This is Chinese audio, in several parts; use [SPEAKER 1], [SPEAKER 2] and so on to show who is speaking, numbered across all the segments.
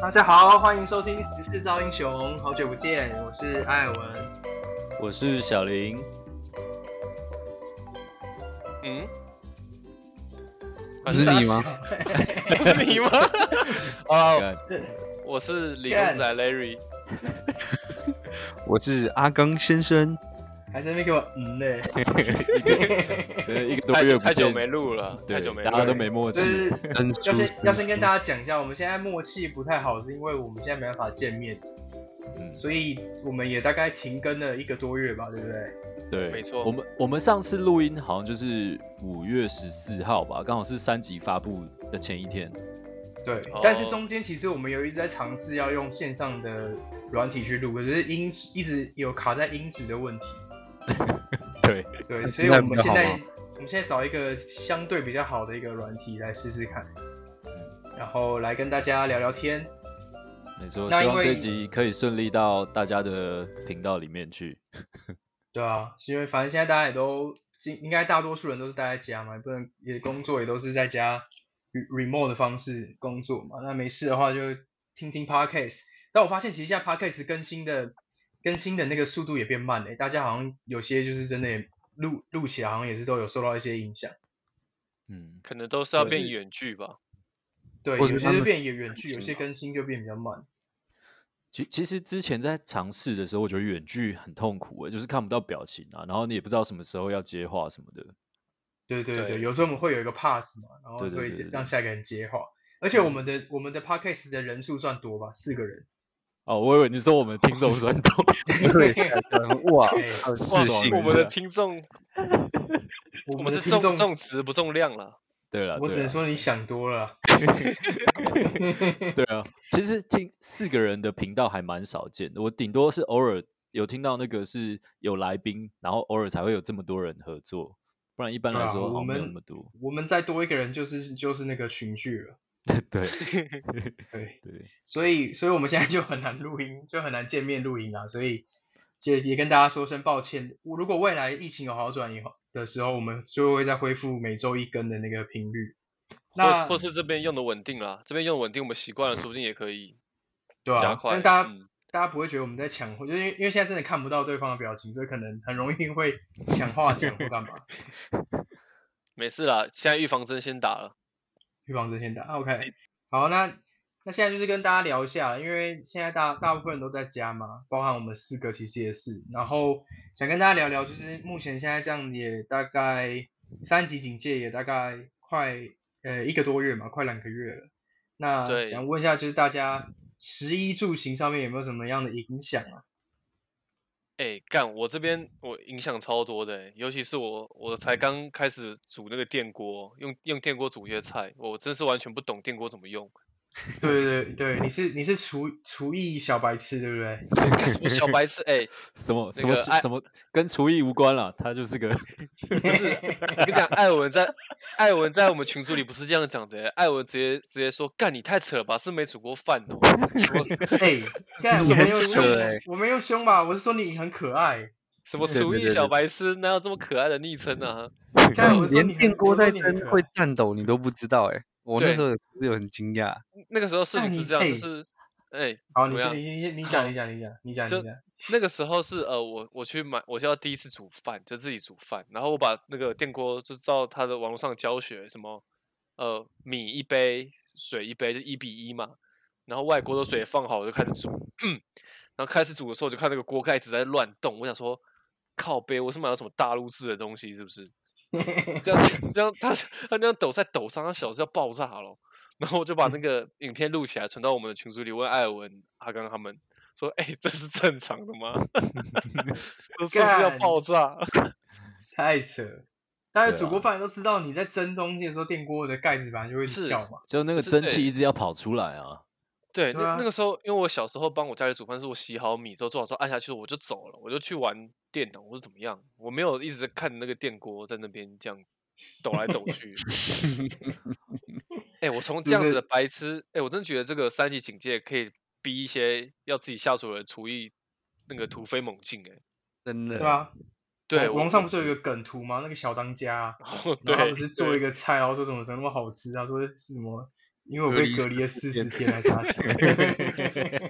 [SPEAKER 1] 大家好，欢迎收听《时事造英雄》，好久不见，我是艾尔文。
[SPEAKER 2] 我是小林。
[SPEAKER 3] 嗯，
[SPEAKER 4] 不是你吗？
[SPEAKER 3] 不是你吗？啊，
[SPEAKER 2] 干
[SPEAKER 3] 我是理工仔 Larry，
[SPEAKER 4] 我是阿刚 先生。
[SPEAKER 1] 还在那边给我嗯嘞，
[SPEAKER 2] 可能一个多
[SPEAKER 3] 太
[SPEAKER 2] 月不见
[SPEAKER 3] 久 太久没录了，太
[SPEAKER 2] 对
[SPEAKER 3] 久没，录
[SPEAKER 2] 大
[SPEAKER 3] 了，
[SPEAKER 2] 家都没默
[SPEAKER 1] 就
[SPEAKER 2] 契。
[SPEAKER 1] 是
[SPEAKER 4] 真
[SPEAKER 1] 要
[SPEAKER 4] 出
[SPEAKER 1] 先要先跟大家讲一下，我们现在默契不太好，是因为我们现在没办法见面，
[SPEAKER 2] 嗯，
[SPEAKER 1] 所以我们也大概停更了一个多月吧，对不对？
[SPEAKER 2] 对，
[SPEAKER 3] 没错
[SPEAKER 2] 我们我们上次录音好像就是五月十四号吧，刚好是三级发布的前一天。
[SPEAKER 1] 对
[SPEAKER 3] 哦，
[SPEAKER 1] 但是中间其实我们有一直在尝试要用线上的软体去录，可是音一直有卡在音质的问题。
[SPEAKER 2] 对，
[SPEAKER 1] 对，
[SPEAKER 4] 那
[SPEAKER 1] 所以
[SPEAKER 4] 现在
[SPEAKER 1] 我们
[SPEAKER 4] 比较
[SPEAKER 1] 现
[SPEAKER 4] 好
[SPEAKER 1] 在
[SPEAKER 4] 吗
[SPEAKER 1] 我们现在找一个相对比较好的一个软体来试试看，
[SPEAKER 4] 嗯
[SPEAKER 1] 然后来跟大家聊聊天。
[SPEAKER 2] 没错，
[SPEAKER 1] 那
[SPEAKER 2] 希
[SPEAKER 1] 因
[SPEAKER 2] 望
[SPEAKER 1] 为
[SPEAKER 2] 这集可以顺利到大家的频道里面去。
[SPEAKER 1] 对啊，是因为反正现在大家也都，应应该大多数人都是待在家嘛，也不能也工作也都是在家 re- remote 的方式工作嘛。那没事的话就听听 podcast。但我发现其实现在 podcast 更新的更新的那个速度也变慢了、大家好像有些就是真的也录录起来好像也是都有受到一些影响。
[SPEAKER 2] 嗯，
[SPEAKER 3] 可能都是要
[SPEAKER 1] 我是
[SPEAKER 3] 变远距吧。
[SPEAKER 1] 对，
[SPEAKER 4] 或者
[SPEAKER 1] 有些
[SPEAKER 4] 他
[SPEAKER 1] 就
[SPEAKER 4] 们
[SPEAKER 1] 变远远距，有
[SPEAKER 4] 更新
[SPEAKER 1] 些
[SPEAKER 4] 吧
[SPEAKER 1] 更新就变比较慢。
[SPEAKER 2] 其其实之前在尝试的时候，我觉得远距很痛苦、欸，就是看不到表情啊，然后你也不知道什么时候要接话什么的。
[SPEAKER 1] 对对对，
[SPEAKER 3] 对
[SPEAKER 1] 有时候我们会有一个 pass 嘛，然后
[SPEAKER 2] 对对
[SPEAKER 1] 会
[SPEAKER 2] 对对
[SPEAKER 1] 让
[SPEAKER 2] 对嗯
[SPEAKER 1] 下一个人接话。而且我们的我们的 podcast 的人数算多吧，四个 人。
[SPEAKER 2] 哦，我以为你说我们听众算多，
[SPEAKER 4] 对， 哇，
[SPEAKER 1] 哎
[SPEAKER 4] 好
[SPEAKER 3] 哇
[SPEAKER 4] 自信，
[SPEAKER 3] 我们的听众，
[SPEAKER 1] 我
[SPEAKER 3] 我
[SPEAKER 1] 们
[SPEAKER 3] 们
[SPEAKER 1] 的
[SPEAKER 3] 是
[SPEAKER 1] 听
[SPEAKER 3] 重
[SPEAKER 1] 众，
[SPEAKER 3] 重质不重量了。
[SPEAKER 2] 对 了，
[SPEAKER 1] 我只
[SPEAKER 2] 啊对
[SPEAKER 1] 能
[SPEAKER 2] 啦
[SPEAKER 1] 说你想多了啊。
[SPEAKER 2] 对啊，其实听四个人的频道还蛮少见的，我顶多是偶尔有听到那个是有来宾，然后偶尔才会有这么多人合作，不然一般
[SPEAKER 1] 对
[SPEAKER 2] 来
[SPEAKER 1] 啊
[SPEAKER 2] 说
[SPEAKER 1] 我
[SPEAKER 2] 好像没有那
[SPEAKER 1] 们
[SPEAKER 2] 么 多。
[SPEAKER 1] 我们再多一个人就是就是那个群聚了。
[SPEAKER 2] 对
[SPEAKER 1] 对，
[SPEAKER 2] 对，
[SPEAKER 1] 所以所以我们现在就很难录音，就很难见面录音啊。所以也也跟大家说声抱歉。我如果未来疫情有好转以后的时候，我们就会再恢复每周一更的那个频率。
[SPEAKER 3] 或
[SPEAKER 1] 那
[SPEAKER 3] 或是这边用的稳定啦，这边用得稳定，我们习惯了，说不定也可以
[SPEAKER 1] 对
[SPEAKER 3] 加
[SPEAKER 1] 啊，
[SPEAKER 3] 快。
[SPEAKER 1] 但大家、
[SPEAKER 3] 嗯
[SPEAKER 1] 大家不会觉得我们在抢话，就是因为因为现在真的看不到对方的表情，所以可能很容易会抢话讲或干嘛。
[SPEAKER 3] 没事啦，现在预防针先打了。
[SPEAKER 1] 预防针先打啊，OK。好，那那现在就是跟大家聊一下，因为现在大大部分人都在家嘛，包含我们四个其实也是。然后想跟大家聊聊，就是目前现在这样也大概三级警戒也大概快呃一个多月嘛，快两个月了。那
[SPEAKER 3] 对
[SPEAKER 1] 想问一下，就是大家食衣住行上面有没有什么样的影响啊？
[SPEAKER 3] 哎，干，我这边我影响超多的欸，尤其是我我才刚开始煮那个电锅，用用电锅煮一些菜，我真是完全不懂电锅怎 么用。
[SPEAKER 1] 对对对，你是你是厨厨艺小白痴，对不对？
[SPEAKER 3] 干什么小白痴？哎，
[SPEAKER 2] 什么什
[SPEAKER 3] 那
[SPEAKER 2] 么
[SPEAKER 3] 个
[SPEAKER 2] 是
[SPEAKER 3] 爱
[SPEAKER 2] 什么跟厨艺无关了，他就是个
[SPEAKER 3] 不 是，我跟你讲，艾文在艾文在我们群组里不是这样讲的欸，艾文直接直接说，干你太扯了吧，是没煮过饭哦。 我
[SPEAKER 1] 嘿，哎干
[SPEAKER 4] 你
[SPEAKER 1] 我没
[SPEAKER 4] 很
[SPEAKER 1] 有
[SPEAKER 4] 扯
[SPEAKER 1] 凶
[SPEAKER 4] 欸，
[SPEAKER 1] 我没有凶吧？我是说你很可爱，
[SPEAKER 3] 什么
[SPEAKER 4] 对
[SPEAKER 3] 厨
[SPEAKER 4] 对
[SPEAKER 3] 艺
[SPEAKER 4] 对
[SPEAKER 3] 小
[SPEAKER 4] 对
[SPEAKER 3] 白痴，哪有这么可爱的昵称啊？
[SPEAKER 1] 干我是说
[SPEAKER 4] 连
[SPEAKER 1] 你很
[SPEAKER 4] 电锅在
[SPEAKER 1] 真
[SPEAKER 4] 蒸会颤抖，你都不知道哎、我那
[SPEAKER 3] 对
[SPEAKER 4] 时候也是有很惊讶，
[SPEAKER 3] 那个时候事
[SPEAKER 1] 那
[SPEAKER 3] 情
[SPEAKER 1] 你
[SPEAKER 3] 是这样，
[SPEAKER 1] 哎
[SPEAKER 3] 就是，哎，
[SPEAKER 1] 好，
[SPEAKER 3] 怎
[SPEAKER 1] 你
[SPEAKER 3] 么
[SPEAKER 1] 先
[SPEAKER 3] 样
[SPEAKER 1] 你你你讲你讲你讲你讲你
[SPEAKER 3] 就
[SPEAKER 1] 讲，
[SPEAKER 3] 那个时候是呃，我我去买，我就要第一次煮饭，就自己煮饭，然后我把那个电锅就照他的网络上教学，什么呃米一杯，水一杯，就一比一嘛，然后外锅的水也放好，我就开始煮，嗯然后开始煮的时候，我就看那个锅盖一直在乱动，我想说。靠背，我是买了什么大陆制的东西，是不是？这样这样，他他那样抖在抖上，他小时要爆炸了。然后我就把那个影片录起来，传到我们的群组里，问艾尔文、阿刚他们说：“哎、这是正常的吗？ 我是不是要
[SPEAKER 1] 干
[SPEAKER 3] 爆炸？
[SPEAKER 1] 太扯。大家
[SPEAKER 2] 对
[SPEAKER 1] 煮
[SPEAKER 2] 啊
[SPEAKER 1] 过饭都知道，你在蒸东西的时候，电锅的盖子本来就会
[SPEAKER 3] 是
[SPEAKER 1] 跳嘛。
[SPEAKER 2] 就那个
[SPEAKER 3] 是
[SPEAKER 2] 蒸
[SPEAKER 3] 对
[SPEAKER 2] 汽一直要跑出来啊。
[SPEAKER 3] 对，
[SPEAKER 1] 对
[SPEAKER 3] 那、
[SPEAKER 1] 啊
[SPEAKER 3] 那个时候，因为我小时候帮我家里煮饭，是我洗好米之后做好之后按下去，我就走了，我就去玩电脑，我是怎么样？我没有一直在看那个电锅在那边这样抖来抖 去。哎、我从
[SPEAKER 1] 是
[SPEAKER 3] 这样
[SPEAKER 1] 不是
[SPEAKER 3] 子的白痴，哎、我真觉得这个三级警戒可以逼一些要自己下厨的厨艺那个突飞猛进、哎，
[SPEAKER 4] 真的。
[SPEAKER 1] 对啊，
[SPEAKER 3] 对，
[SPEAKER 1] 网
[SPEAKER 3] 我
[SPEAKER 1] 网上不是有一个梗图吗？那个小当家啊，
[SPEAKER 3] 哦
[SPEAKER 1] 然后他
[SPEAKER 3] 对，
[SPEAKER 1] 不是做
[SPEAKER 3] 对
[SPEAKER 1] 一个菜，然后说什么怎么那么好吃啊？说是什么因为我被隔离了四十天还是啥钱？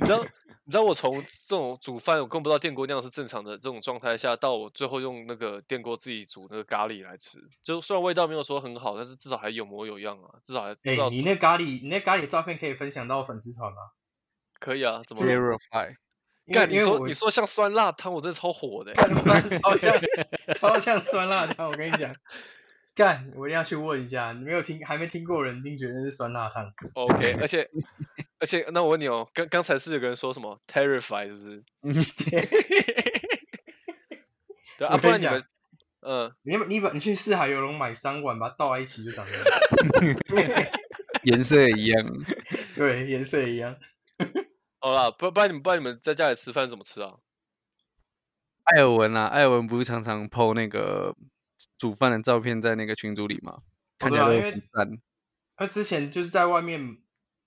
[SPEAKER 3] 你知道，你知道我从这种煮饭，我根本不知道电锅那样是正常的这种状态下，到我最后用那个电锅自己煮那个咖喱来吃，就虽然味道没有说很好，但是至少还有模有样啊，至少还
[SPEAKER 1] 哎、
[SPEAKER 3] 知道
[SPEAKER 1] 你
[SPEAKER 3] 是
[SPEAKER 1] 那咖喱，你那咖喱照片可以分享到粉丝团吗？
[SPEAKER 3] 可以啊，怎么了？
[SPEAKER 4] Zero Five，
[SPEAKER 1] 因为
[SPEAKER 3] 干，你
[SPEAKER 1] 因为
[SPEAKER 3] 说
[SPEAKER 1] 我
[SPEAKER 3] 你说像酸辣汤，我真的超火的欸、
[SPEAKER 1] 干超像超像酸辣汤，我跟你讲，干，我一定要去问一下，你没有听还没听过的人，一定觉得是酸辣汤。
[SPEAKER 3] OK，而且而且，那我问你哦，刚刚才是有个人说什么 terrify 是不是？
[SPEAKER 1] 嗯
[SPEAKER 3] 对啊，
[SPEAKER 1] 我
[SPEAKER 3] 不
[SPEAKER 1] 跟
[SPEAKER 3] 然
[SPEAKER 1] 你
[SPEAKER 3] 你们
[SPEAKER 1] 讲，
[SPEAKER 3] 嗯，
[SPEAKER 1] 你你把你去四海游龙买三碗，把它倒在一起就长这样。
[SPEAKER 4] 颜色也一样，
[SPEAKER 1] 对，颜色一样。
[SPEAKER 3] 好啦，不不然你们不然你们在家里吃饭怎么吃啊？
[SPEAKER 4] 艾尔文啊，艾尔文不是常常 PO 那个煮饭的照片在那个群组里吗？看起来
[SPEAKER 1] 对啊因
[SPEAKER 4] 都
[SPEAKER 1] 为
[SPEAKER 4] 很赞。
[SPEAKER 1] 他之前就是在外面，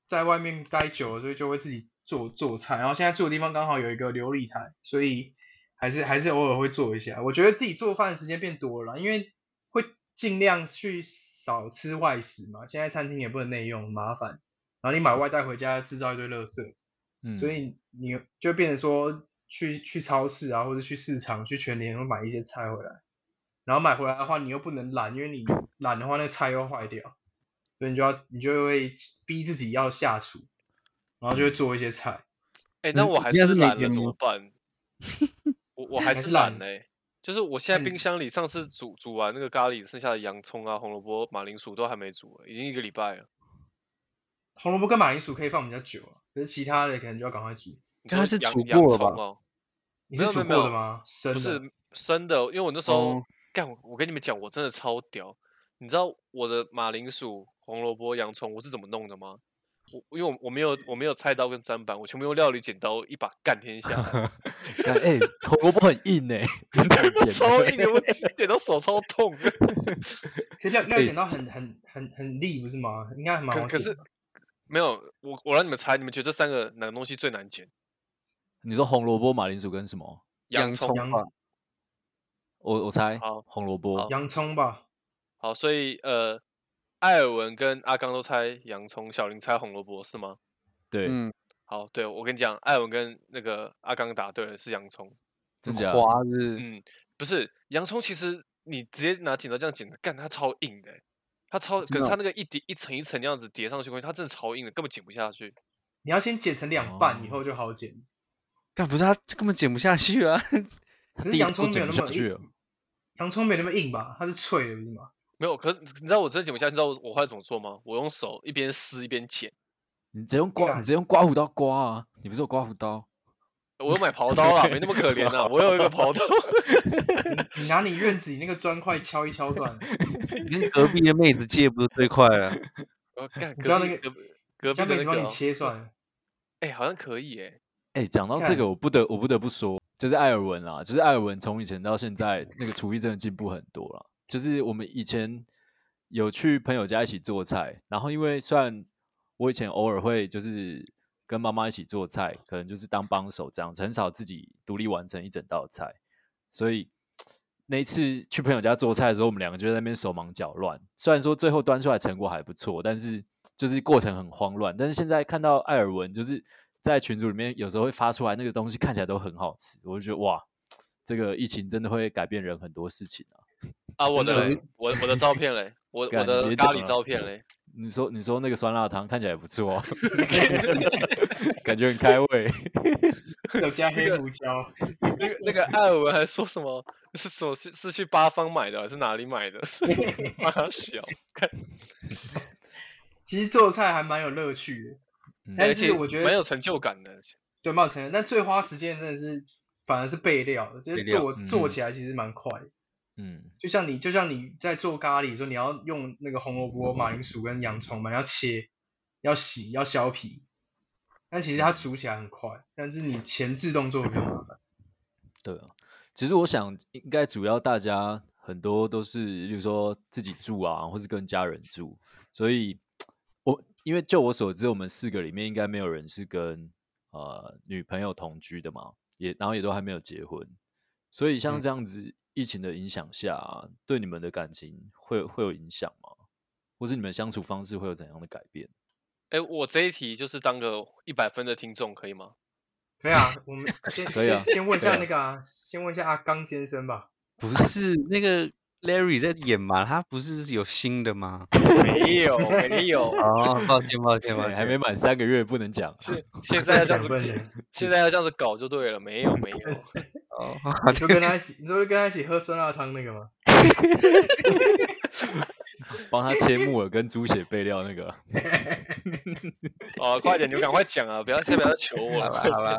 [SPEAKER 1] 在外面待久了，所以就会自己做做菜。然后现在住的地方刚好有一个琉璃台，所以还是还是偶尔会做一下。我觉得自己做饭的时间变多了啦，因为会尽量去少吃外食嘛。现在餐厅也不能内用，很麻烦。然后你买外带回家，制造一堆垃圾，
[SPEAKER 2] 嗯，
[SPEAKER 1] 所以你就变成说去去超市啊，或者去市场、去全联会买一些菜回来，然后买回来的话，你又不能懒，因为你懒的话，那菜又坏掉，所以你就要你就会逼自己要下厨，然后就会
[SPEAKER 3] 嗯
[SPEAKER 1] 做一些菜。
[SPEAKER 3] 哎、
[SPEAKER 4] 你
[SPEAKER 3] 那
[SPEAKER 4] 是
[SPEAKER 3] 我
[SPEAKER 4] 你
[SPEAKER 3] 还
[SPEAKER 4] 现在是每
[SPEAKER 3] 懒了
[SPEAKER 4] 天
[SPEAKER 3] 怎么
[SPEAKER 4] 吗
[SPEAKER 3] 办？我我还
[SPEAKER 1] 还
[SPEAKER 3] 是
[SPEAKER 1] 是
[SPEAKER 3] 懒
[SPEAKER 1] 懒
[SPEAKER 3] 呢、就是我现在
[SPEAKER 1] 嗯
[SPEAKER 3] 冰箱里上次煮煮完那个咖喱，剩下的洋葱啊、红萝卜、马铃薯都还没煮、已经一个礼拜了。
[SPEAKER 1] 红萝卜跟马铃薯可以放比较久啊，可是其他的可能就要赶快煮。
[SPEAKER 3] 你
[SPEAKER 4] 它
[SPEAKER 3] 说
[SPEAKER 4] 是
[SPEAKER 3] 洋
[SPEAKER 4] 煮
[SPEAKER 3] 洋
[SPEAKER 4] 过了
[SPEAKER 3] 葱
[SPEAKER 4] 吧
[SPEAKER 3] 哦，
[SPEAKER 1] 你
[SPEAKER 3] 没
[SPEAKER 1] 是
[SPEAKER 3] 有
[SPEAKER 1] 煮
[SPEAKER 3] 没有
[SPEAKER 1] 过的
[SPEAKER 3] 没有
[SPEAKER 1] 吗？生
[SPEAKER 3] 不
[SPEAKER 1] 的
[SPEAKER 3] 是生的，因为我那时候
[SPEAKER 4] 哦
[SPEAKER 3] 干、我我跟你们讲，我真的超屌。你知道我的马铃薯、红萝卜、洋葱我是怎么弄的吗？我因为我我没有我没有菜刀跟砧板，我全部用料理剪刀一把干天下 来，
[SPEAKER 2] 干哎，红萝卜很硬哎，不是很
[SPEAKER 3] 我
[SPEAKER 2] 扁
[SPEAKER 3] 超
[SPEAKER 2] 的
[SPEAKER 3] 硬的，我剪到手超痛。
[SPEAKER 1] 可是料料
[SPEAKER 2] 哎
[SPEAKER 1] 剪刀很很很很利不是吗？应该很蛮
[SPEAKER 3] 可
[SPEAKER 1] 好
[SPEAKER 3] 可
[SPEAKER 1] 剪
[SPEAKER 3] 是
[SPEAKER 1] 的。
[SPEAKER 3] 没有，我我让你们猜，你们觉得这三个哪个东西最难剪？
[SPEAKER 2] 你说红萝卜、马铃薯跟什么？
[SPEAKER 3] 洋
[SPEAKER 4] 葱
[SPEAKER 1] 洋
[SPEAKER 4] 吧，
[SPEAKER 2] 我我猜
[SPEAKER 3] 好
[SPEAKER 2] 红萝卜
[SPEAKER 3] 好，
[SPEAKER 1] 洋葱吧，
[SPEAKER 3] 好，所以呃，艾尔文跟阿刚都猜洋葱，小林猜红萝卜是吗？
[SPEAKER 2] 对，
[SPEAKER 4] 嗯，
[SPEAKER 3] 好，对我跟你讲，艾尔文跟那个阿刚答对了是洋葱。
[SPEAKER 2] 真假？
[SPEAKER 4] 花是
[SPEAKER 3] 嗯，不是，洋葱其实你直接拿剪刀这样剪，干它超硬的欸、它超，可
[SPEAKER 4] 真
[SPEAKER 3] 是
[SPEAKER 4] 的
[SPEAKER 3] 它
[SPEAKER 4] 哦
[SPEAKER 3] 那个一叠一层一层那样子叠上去的东西，它真的超硬的，根本剪不下去。
[SPEAKER 1] 你要先剪成两半以
[SPEAKER 2] 哦
[SPEAKER 1] 后就好剪。
[SPEAKER 4] 干不是他根本剪不下去 啊，
[SPEAKER 1] 可
[SPEAKER 2] 第
[SPEAKER 1] 是
[SPEAKER 2] 一
[SPEAKER 1] 洋
[SPEAKER 2] 步
[SPEAKER 1] 葱没
[SPEAKER 2] 剪
[SPEAKER 1] 有
[SPEAKER 2] 不
[SPEAKER 1] 那么
[SPEAKER 2] 下去了
[SPEAKER 1] 硬，洋葱没那么硬吧？它是脆的，不是吗？
[SPEAKER 3] 没有，可是你知道我真的剪不下去，你知道我我后来怎么做吗？我用手一边撕一边剪，
[SPEAKER 2] 你直接用刮，你
[SPEAKER 1] 干
[SPEAKER 2] 直接用刮胡刀刮啊！你不是有刮胡刀？
[SPEAKER 3] 我又买刨刀啦，没那么可怜 啦，我有一个刨刀。
[SPEAKER 1] 你拿你院子里那个砖块敲一敲算了。
[SPEAKER 4] 跟隔壁的妹子借不是最快了？
[SPEAKER 3] 我哦干，
[SPEAKER 1] 你
[SPEAKER 3] 隔
[SPEAKER 1] 知道
[SPEAKER 3] 壁
[SPEAKER 1] 那
[SPEAKER 3] 隔
[SPEAKER 1] 个
[SPEAKER 3] 壁隔壁
[SPEAKER 1] 家
[SPEAKER 3] 的
[SPEAKER 1] 妹
[SPEAKER 3] 那
[SPEAKER 1] 子帮
[SPEAKER 3] 个
[SPEAKER 1] 你
[SPEAKER 3] 哦，
[SPEAKER 1] 切算 了。
[SPEAKER 3] 哎、好像可以哎、
[SPEAKER 2] 哎、讲到这
[SPEAKER 1] 看
[SPEAKER 2] 个，我不得我不得不说，就是艾尔文啊啦，就是艾尔文从以前到现在，那个厨艺真的进步很多啦。就是我们以前有去朋友家一起做菜，然后因为虽然我以前偶尔会就是跟妈妈一起做菜，可能就是当帮手这样子，很少自己独立完成一整道菜，所以那一次去朋友家做菜的时候，我们两个就在那边手忙脚乱。虽然说最后端出来成果还不错，但是就是过程很慌乱。但是现在看到艾尔文，就是在群组里面有时候会发出来那个东西，看起来都很好吃，我就觉得哇，这个疫情真的会改变人很多事情啊！
[SPEAKER 3] 啊，我
[SPEAKER 1] 真
[SPEAKER 3] 的
[SPEAKER 1] 的
[SPEAKER 3] 嘞我我的照片嘞，我我
[SPEAKER 2] 干你
[SPEAKER 3] 的
[SPEAKER 2] 别
[SPEAKER 3] 咖
[SPEAKER 2] 讲
[SPEAKER 3] 喱
[SPEAKER 2] 了
[SPEAKER 3] 照片嘞，
[SPEAKER 2] 你说你说那个酸辣汤看起来也不错、啊， 感觉很开胃。
[SPEAKER 1] 有加
[SPEAKER 3] 那个
[SPEAKER 1] 黑胡椒，
[SPEAKER 3] 那个那个艾尔文还说什么是什么是是去八方买的还是哪里买的？ 是八小，
[SPEAKER 1] 其实做菜还蛮有乐趣的，
[SPEAKER 2] 嗯
[SPEAKER 1] 但
[SPEAKER 3] 而
[SPEAKER 1] 是
[SPEAKER 3] 且
[SPEAKER 1] 我觉
[SPEAKER 3] 蛮
[SPEAKER 1] 得
[SPEAKER 3] 有成就感的。
[SPEAKER 1] 对蛮有成就，但最花时间真的是反而是备料，就是
[SPEAKER 4] 备料
[SPEAKER 1] 做做
[SPEAKER 2] 嗯
[SPEAKER 1] 起来其实蛮快的。
[SPEAKER 2] 嗯，
[SPEAKER 1] 就像你就像你在做咖喱的时候，你要用那个红萝卜、马铃薯跟洋葱嘛，要切，要洗，要削皮。但其实它煮起来很快，但是你前置动作比较麻烦。
[SPEAKER 2] 对啊，其实我想应该主要大家很多都是，例如说自己住啊，或是跟家人住，所以我因为就我所知，我们四个里面应该没有人是跟呃女朋友同居的嘛，也然后也都还没有结婚，所以像
[SPEAKER 4] 嗯
[SPEAKER 2] 这样子疫情的影响下啊、对你们的感情会有会有影响吗？或是你们相处方式会有怎样的改变？
[SPEAKER 3] 哎，我这一题就是当个一百分的听众可以吗？
[SPEAKER 1] 可以啊， 我们先
[SPEAKER 2] 可以啊
[SPEAKER 1] 先先问一
[SPEAKER 2] 可
[SPEAKER 1] 下
[SPEAKER 2] 以啊
[SPEAKER 1] 那个啊，先问一下阿刚先生吧。
[SPEAKER 4] 不是那个 Larry 在演嘛？他不是有新的吗？。
[SPEAKER 3] 没有，没有
[SPEAKER 2] 啊
[SPEAKER 4] 哦，抱歉，抱歉，抱
[SPEAKER 2] 对
[SPEAKER 4] 歉，
[SPEAKER 2] 还没满三个月不能讲，
[SPEAKER 3] 现现在要这样
[SPEAKER 1] 讲笨
[SPEAKER 3] 子，现现在要这样子搞就对了。没有，没 有。
[SPEAKER 4] 哦，
[SPEAKER 1] 你说 跟他一起，你说跟他一起喝酸辣汤那个吗？
[SPEAKER 2] 帮他切木耳跟猪血备料那个。
[SPEAKER 3] 啊，快点，你们赶快讲啊！不要现在不要再求我
[SPEAKER 4] 好
[SPEAKER 3] 了。
[SPEAKER 4] 啦，好啦，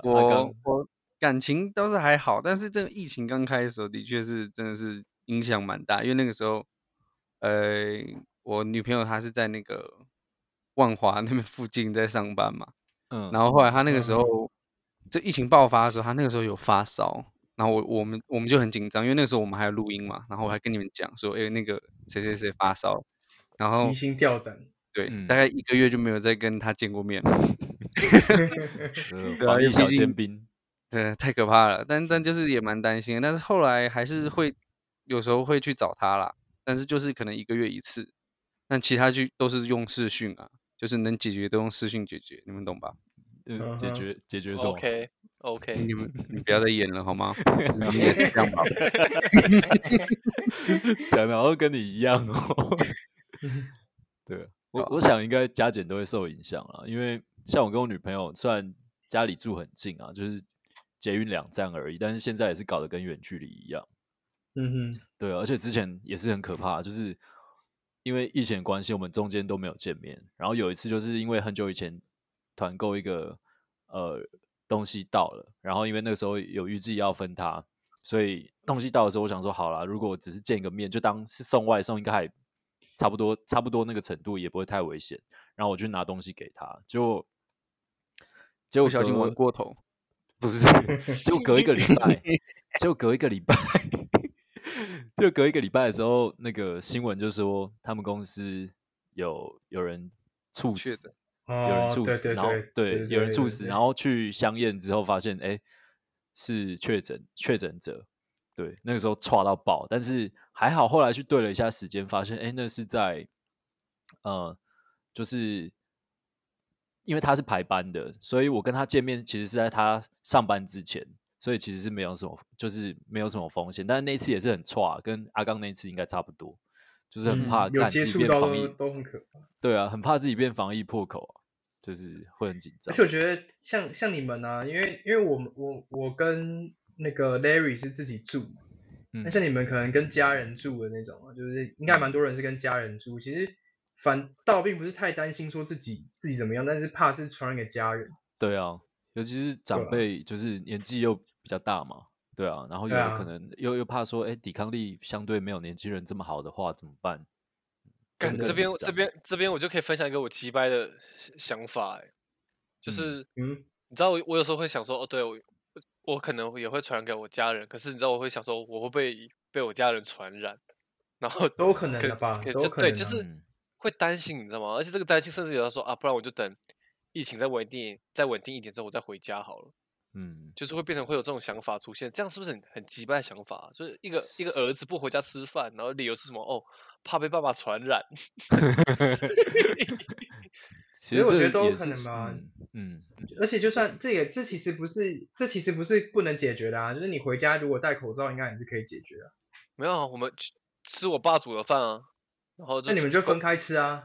[SPEAKER 2] 呃，阿
[SPEAKER 4] 我
[SPEAKER 2] 刚
[SPEAKER 4] 我感情倒是还好，但是这个疫情刚开始的时候，的确是真的是影响蛮大，因为那个时候，呃，我女朋友她是在那个万华那边附近在上班嘛，
[SPEAKER 2] 嗯，
[SPEAKER 4] 然后后来她那个时
[SPEAKER 1] 嗯
[SPEAKER 4] 候，这疫情爆发的时候，她那个时候有发烧。然后我我们我们就很紧张，因为那个时候我们还有录音嘛，然后我还跟你们讲说，哎，那个谁谁谁发烧，然后
[SPEAKER 2] 哦
[SPEAKER 1] 提心吊 胆。
[SPEAKER 4] 对，
[SPEAKER 2] 嗯
[SPEAKER 4] 大概一个月就没有再跟他见过面了，
[SPEAKER 2] 呃
[SPEAKER 4] 对啊
[SPEAKER 2] 防
[SPEAKER 4] 因
[SPEAKER 2] 疫
[SPEAKER 4] 为毕
[SPEAKER 2] 小尖
[SPEAKER 4] 竟
[SPEAKER 2] 兵，
[SPEAKER 4] 真的太可怕了。但但就是也蛮担心的，但是后来还是会有时候会去找他啦，但是就是可能一个月一次，但其他就都是用视讯啊，就是能解决都用视讯解决，你们懂吧？
[SPEAKER 2] 嗯，
[SPEAKER 1] 嗯
[SPEAKER 2] 解
[SPEAKER 1] 哼
[SPEAKER 2] 决解决什么？
[SPEAKER 3] OK OK，
[SPEAKER 4] 你们你不要再演了好吗？你们也是这样吧。
[SPEAKER 2] 讲的好像跟你一样哦。 对我，我想应该加减都会受影响啊，因为像我跟我女朋友，虽然家里住很近啊，就是捷运两站而已，但是现在也是搞得跟远距离一样。
[SPEAKER 1] 嗯哼，
[SPEAKER 2] 对啊，而且之前也是很可怕，就是因为疫情的关系，我们中间都没有见面。然后有一次，就是因为很久以前团购一个呃东西到了，然后因为那个时候有预计要分它，所以东西到的时候，我想说好啦，如果我只是见个面，就当是送外送，应该还差不多，差不多那个程度也不会太危险。然后我就拿东西给他，结果结
[SPEAKER 4] 不
[SPEAKER 2] 果
[SPEAKER 4] 小心
[SPEAKER 2] 隔
[SPEAKER 4] 玩过头，
[SPEAKER 2] 不 是，就隔一个礼拜，就隔一个礼拜， 就隔一个礼拜的时候，那个新闻就说他们公司有有人猝
[SPEAKER 4] 确
[SPEAKER 2] 死
[SPEAKER 4] 诊，
[SPEAKER 2] 有人
[SPEAKER 1] 哦，
[SPEAKER 2] 猝
[SPEAKER 1] 对
[SPEAKER 2] 死，
[SPEAKER 1] 对
[SPEAKER 2] 然后
[SPEAKER 1] 对
[SPEAKER 2] 有人猝死，然后去相验之后发现，哎，是确诊确诊者，对，那个时候歘到爆，但是还好后来去对了一下时间，发现，哎，那是在呃，就是因为他是排班的，所以我跟他见面其实是在他上班之前，所以其实是没有什么，就是没有什么风险。但是那一次也是很差，跟阿刚那一次应该差不多，就是很
[SPEAKER 1] 嗯
[SPEAKER 2] 怕
[SPEAKER 1] 有
[SPEAKER 2] 干自
[SPEAKER 1] 接
[SPEAKER 2] 己
[SPEAKER 1] 触
[SPEAKER 2] 变
[SPEAKER 1] 到
[SPEAKER 2] 防
[SPEAKER 1] 都
[SPEAKER 2] 疫，
[SPEAKER 1] 都很可怕。
[SPEAKER 2] 对啊，很怕自己变防疫破口啊，就是会很紧
[SPEAKER 1] 而
[SPEAKER 2] 张
[SPEAKER 1] 且。我觉得像像你们啊，因为因为我们我我跟那个 Larry 是自己住嘛，
[SPEAKER 2] 嗯
[SPEAKER 1] 那像你们可能跟家人住的那种啊，就是应该蛮多人是跟家人住，其实反倒并不是太担心说自己自己怎么样，但是怕是传染给家人。
[SPEAKER 2] 对啊，尤其是长
[SPEAKER 1] 啊
[SPEAKER 2] 辈，就是年纪又比较大嘛，对啊，然后有
[SPEAKER 1] 对
[SPEAKER 2] 的可
[SPEAKER 1] 啊
[SPEAKER 2] 能又又怕说，哎，抵抗力相对没有年轻人这么好的话，怎么办？
[SPEAKER 3] 干
[SPEAKER 2] 真的
[SPEAKER 3] 这
[SPEAKER 2] 很
[SPEAKER 3] 边
[SPEAKER 2] 紧
[SPEAKER 3] 这
[SPEAKER 2] 张
[SPEAKER 3] 边这边我就可以分享一个我鸡掰的想法、欸，
[SPEAKER 2] 嗯
[SPEAKER 3] 就是
[SPEAKER 1] 嗯，
[SPEAKER 3] 你知道我我有时候会想说，哦，对我我可能也会传染给我家人，可是你知道我会想说，我会被被我家人传染，然后
[SPEAKER 1] 都有可能
[SPEAKER 3] 可
[SPEAKER 1] 的吧，
[SPEAKER 3] 可
[SPEAKER 1] 都
[SPEAKER 3] 就
[SPEAKER 1] 有可能
[SPEAKER 3] 对，
[SPEAKER 1] 啊。
[SPEAKER 3] 就是
[SPEAKER 2] 嗯
[SPEAKER 3] 会担心，你知道吗？而且这个担心甚至有人说啊，不然我就等疫情再稳定再稳定一点之后，我再回家好了。
[SPEAKER 2] 嗯，
[SPEAKER 3] 就是会变成会有这种想法出现，这样是不是很很击败的想法啊、就是一个一个儿子不回家吃饭，然后理由是什么？哦，怕被爸爸传染。
[SPEAKER 2] 其
[SPEAKER 1] 所以
[SPEAKER 2] 实
[SPEAKER 1] 我
[SPEAKER 2] 这
[SPEAKER 1] 觉得都有
[SPEAKER 2] 也
[SPEAKER 1] 可
[SPEAKER 2] 是
[SPEAKER 1] 能吧
[SPEAKER 2] 嗯嗯
[SPEAKER 1] 而且就算这也这其实不是这其实不是不能解决的啊，就是你回家如果戴口罩，应该也是可以解决啊。
[SPEAKER 3] 没有啊，我们去吃我爸煮的饭啊，然后就
[SPEAKER 1] 那你们
[SPEAKER 3] 去
[SPEAKER 1] 就分开吃啊，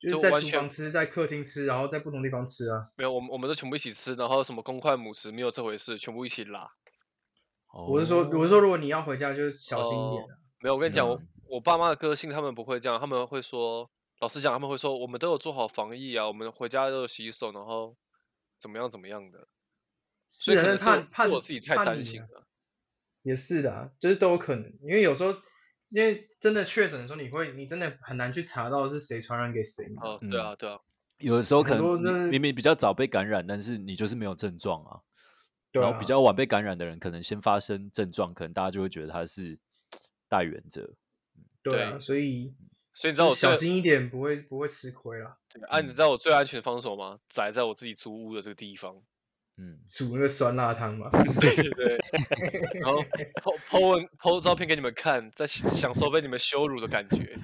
[SPEAKER 1] 就是
[SPEAKER 3] 就
[SPEAKER 1] 在
[SPEAKER 3] 完
[SPEAKER 1] 厨
[SPEAKER 3] 全
[SPEAKER 1] 房吃，在客厅吃，然后在不同地方吃啊。
[SPEAKER 3] 没有，我们我们都全部一起吃，然后什么公筷母匙没有这回事，全部一起拉。
[SPEAKER 1] 我是说，我是
[SPEAKER 2] 哦
[SPEAKER 1] 说，如果你要回家，就小心一点
[SPEAKER 3] 哦
[SPEAKER 1] 啊。
[SPEAKER 3] 没有，我跟你讲，我
[SPEAKER 2] 嗯
[SPEAKER 3] 我爸妈的个性他们不会这样，他们会说，老实讲，他们会说，我们都有做好防疫啊，我们回家都有洗手，然后怎么样怎么样的。
[SPEAKER 1] 是
[SPEAKER 3] 所以
[SPEAKER 1] 啊，但
[SPEAKER 3] 可能是
[SPEAKER 1] 怕
[SPEAKER 3] 我
[SPEAKER 1] 怕
[SPEAKER 3] 是我
[SPEAKER 1] 你
[SPEAKER 3] 自己太
[SPEAKER 1] 怕
[SPEAKER 3] 担
[SPEAKER 1] 你
[SPEAKER 3] 心
[SPEAKER 1] 啊
[SPEAKER 3] 了。
[SPEAKER 1] 也是的啊，就是都有可能，因为有时候。因为真的确诊的时候，你会你真的很难去查到是谁传染给谁嘛。
[SPEAKER 3] 哦，
[SPEAKER 2] 嗯
[SPEAKER 3] 对啊，对啊，
[SPEAKER 2] 有的时候可
[SPEAKER 1] 很多
[SPEAKER 2] 能你
[SPEAKER 1] 真的
[SPEAKER 2] 明明比较早被感染，但是你就是没有症状啊。
[SPEAKER 1] 对
[SPEAKER 2] 然后
[SPEAKER 1] 啊
[SPEAKER 2] 比较晚被感染的人，可能先发生症状，可能大家就会觉得他是带源者。
[SPEAKER 1] 对啊，
[SPEAKER 3] 对
[SPEAKER 1] 所以
[SPEAKER 3] 所以你知道
[SPEAKER 1] 就
[SPEAKER 3] 我
[SPEAKER 1] 是小
[SPEAKER 3] 最
[SPEAKER 1] 心一点，不会不会吃亏啦。
[SPEAKER 3] 对啊，你知道我最安全的方式是什么吗？宅在我自己租屋的这个地方，
[SPEAKER 2] 嗯，
[SPEAKER 1] 煮那个酸辣汤 嘛。
[SPEAKER 3] 对对，然后 po po 文 po 照片给你们看，在享享受被你们羞辱的感觉。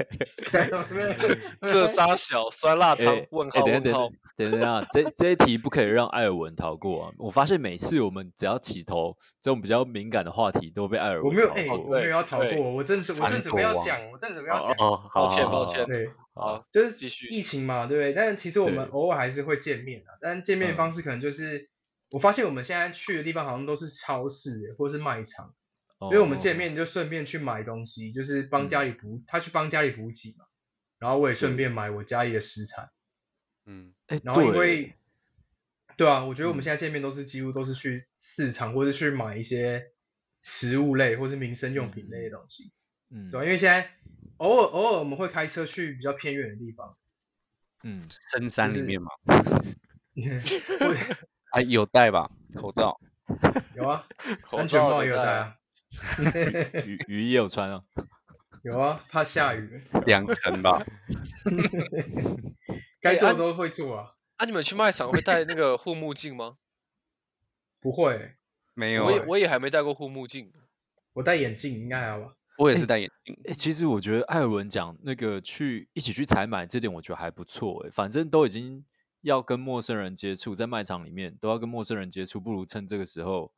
[SPEAKER 3] 这仨小酸辣汤
[SPEAKER 2] 哎，
[SPEAKER 3] 问
[SPEAKER 2] 哎
[SPEAKER 3] 号
[SPEAKER 2] 等一
[SPEAKER 3] 问
[SPEAKER 2] 下
[SPEAKER 3] 号，
[SPEAKER 2] 等一下，等一下，这这一题不可以让艾尔文逃过啊！我发现每次我们只要起头，这种比较敏感的话题都被艾尔
[SPEAKER 1] 我
[SPEAKER 2] 文
[SPEAKER 1] 没有
[SPEAKER 2] 逃
[SPEAKER 1] 哎，
[SPEAKER 2] 过
[SPEAKER 1] 我没有要逃
[SPEAKER 3] 哦对
[SPEAKER 1] 过，我正准我正准备要讲，我正准备要讲。
[SPEAKER 2] 哦，
[SPEAKER 3] 抱歉
[SPEAKER 2] 好
[SPEAKER 3] 抱歉
[SPEAKER 1] 对，
[SPEAKER 3] 好，
[SPEAKER 1] 就是
[SPEAKER 3] 继续
[SPEAKER 1] 疫情嘛，对不对？但其实我们
[SPEAKER 2] 对
[SPEAKER 1] 偶尔还是会见面啊，但见
[SPEAKER 3] 嗯
[SPEAKER 1] 面的方式可能就是，我发现我们现在去的地方好像都是超市或是卖场，
[SPEAKER 2] 好
[SPEAKER 3] 哦
[SPEAKER 1] 所以我
[SPEAKER 2] 哦
[SPEAKER 1] 们见面就顺便去买东西，就是帮家里
[SPEAKER 3] 嗯
[SPEAKER 1] 补，他去帮家里补给嘛，然后我也顺便买我家里的食材，
[SPEAKER 4] 嗯，
[SPEAKER 2] 哎，
[SPEAKER 1] 然后因
[SPEAKER 2] 对
[SPEAKER 1] 为，对啊，我觉得我们
[SPEAKER 2] 嗯
[SPEAKER 1] 现在见面都是几乎都是去市场或者去买一些食物类或是民生用品类的东西，
[SPEAKER 2] 嗯
[SPEAKER 1] 对啊，因为现在偶尔偶尔我们会开车去比较偏远的地方，
[SPEAKER 2] 嗯，
[SPEAKER 4] 深山里
[SPEAKER 1] 是
[SPEAKER 4] 面嘛，
[SPEAKER 1] 或者
[SPEAKER 4] 啊，有戴吧，口罩，
[SPEAKER 1] 有啊，
[SPEAKER 3] 口
[SPEAKER 1] 安全
[SPEAKER 3] 罩
[SPEAKER 1] 帽也有
[SPEAKER 3] 戴
[SPEAKER 1] 戴啊，
[SPEAKER 3] 啊，
[SPEAKER 2] 雨雨衣也有穿啊，
[SPEAKER 1] 有啊，怕下
[SPEAKER 2] 哎
[SPEAKER 1] 雨，
[SPEAKER 4] 两层吧，
[SPEAKER 1] 该做
[SPEAKER 3] 安
[SPEAKER 1] 的都会做啊，
[SPEAKER 3] 啊，你们去卖场会戴那个护目镜吗？
[SPEAKER 1] 不会欸、
[SPEAKER 4] 没有
[SPEAKER 3] 我也
[SPEAKER 4] 啊，
[SPEAKER 3] 我也还没戴过护目镜。
[SPEAKER 1] 我戴眼镜应该还好吧？
[SPEAKER 4] 我也是戴眼 镜，
[SPEAKER 2] 哎、其实我觉得艾尔文讲那个去一起去采买这点，我觉得还不错。哎，反正都已经要跟陌生人接触，在卖场里面都要跟陌生人接触，不如趁这个时候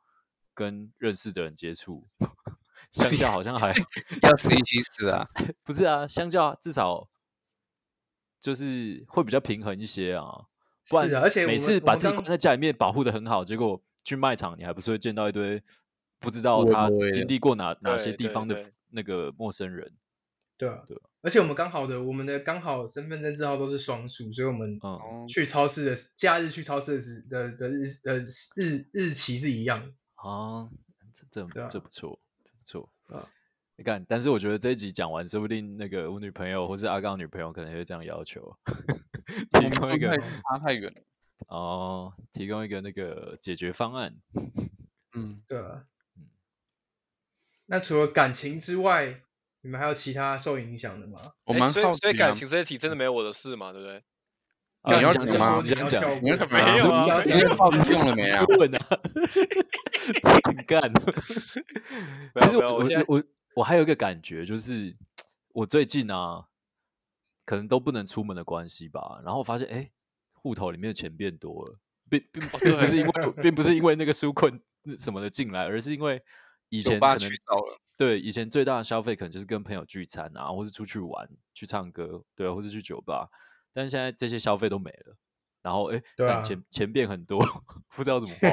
[SPEAKER 2] 跟认识的人接触。 相较好像还
[SPEAKER 4] 要死一起死啊，
[SPEAKER 2] 不是啊，相较至少就是会比较平衡一些啊。不然
[SPEAKER 1] 是啊，而且我
[SPEAKER 2] 每
[SPEAKER 1] 们
[SPEAKER 2] 次
[SPEAKER 1] 我
[SPEAKER 2] 把
[SPEAKER 1] 们
[SPEAKER 2] 自己
[SPEAKER 1] 刚
[SPEAKER 2] 关在家里面保护的很好，结果去卖场你还不是会见到一堆不知道
[SPEAKER 4] 无微
[SPEAKER 2] 他
[SPEAKER 4] 不微的
[SPEAKER 2] 经历过哪哪些
[SPEAKER 3] 对
[SPEAKER 2] 地
[SPEAKER 3] 对
[SPEAKER 2] 方的
[SPEAKER 3] 对
[SPEAKER 2] 那个陌生人。
[SPEAKER 1] 对啊
[SPEAKER 2] 对啊，
[SPEAKER 1] 而且我们刚好的我们的刚好身份证字号都是双数，所以我们
[SPEAKER 2] 嗯，
[SPEAKER 4] 哦
[SPEAKER 1] 去超市的假日去超市的时的的日的日日期是一样的。
[SPEAKER 2] 啊，这这
[SPEAKER 1] 对啊
[SPEAKER 2] 这不错，这不错
[SPEAKER 1] 对啊。
[SPEAKER 2] 你看，但是我觉得这一集讲完，说不定那个我女朋友或是阿刚女朋友可能会这样要求，
[SPEAKER 4] 我
[SPEAKER 2] 提
[SPEAKER 4] 们
[SPEAKER 2] 供一
[SPEAKER 4] 住
[SPEAKER 2] 个
[SPEAKER 4] 太差太远了，
[SPEAKER 2] 哦，提供一个那个解决方案。
[SPEAKER 4] 嗯，
[SPEAKER 1] 对啊
[SPEAKER 2] 嗯，
[SPEAKER 1] 那除了感情之外，你们还有其他受影响的吗？
[SPEAKER 4] 我
[SPEAKER 3] 诶
[SPEAKER 4] 蛮
[SPEAKER 3] 所
[SPEAKER 4] 好
[SPEAKER 3] 以所以
[SPEAKER 4] 奇
[SPEAKER 3] 感
[SPEAKER 4] 啊
[SPEAKER 3] 情这些题真的没有我的事嘛，对不对？
[SPEAKER 2] 啊
[SPEAKER 4] 你要
[SPEAKER 2] 讲
[SPEAKER 4] 讲
[SPEAKER 2] 讲
[SPEAKER 4] 吗
[SPEAKER 2] 你讲讲，
[SPEAKER 4] 你要干嘛
[SPEAKER 3] 没有啊
[SPEAKER 1] 你
[SPEAKER 4] 你
[SPEAKER 1] 要
[SPEAKER 4] 那
[SPEAKER 1] 跳过
[SPEAKER 4] 个报纸用了没啊？
[SPEAKER 2] 问啊，请干。
[SPEAKER 3] 没
[SPEAKER 2] 其
[SPEAKER 3] 有
[SPEAKER 2] 实
[SPEAKER 3] 没有
[SPEAKER 2] 我
[SPEAKER 3] 我现在
[SPEAKER 2] 我我还有一个感觉，就是我最近啊，可能都不能出门的关系吧，然后我发现哎，诶户头里面的钱变多了，并 并不并不是因为我并不是因为那个纾困什么的进来，而是因为以前
[SPEAKER 4] 酒
[SPEAKER 2] 可
[SPEAKER 4] 吧
[SPEAKER 2] 能
[SPEAKER 4] 去找了，
[SPEAKER 2] 对，以前最大的消费可能就是跟朋友聚餐啊，或是出去玩、去唱歌，对啊，或是去酒吧。但是现在这些消费都没了，然后哎，
[SPEAKER 1] 对
[SPEAKER 2] 干
[SPEAKER 1] 啊
[SPEAKER 2] 钱钱变很多， 不知道怎 么 花。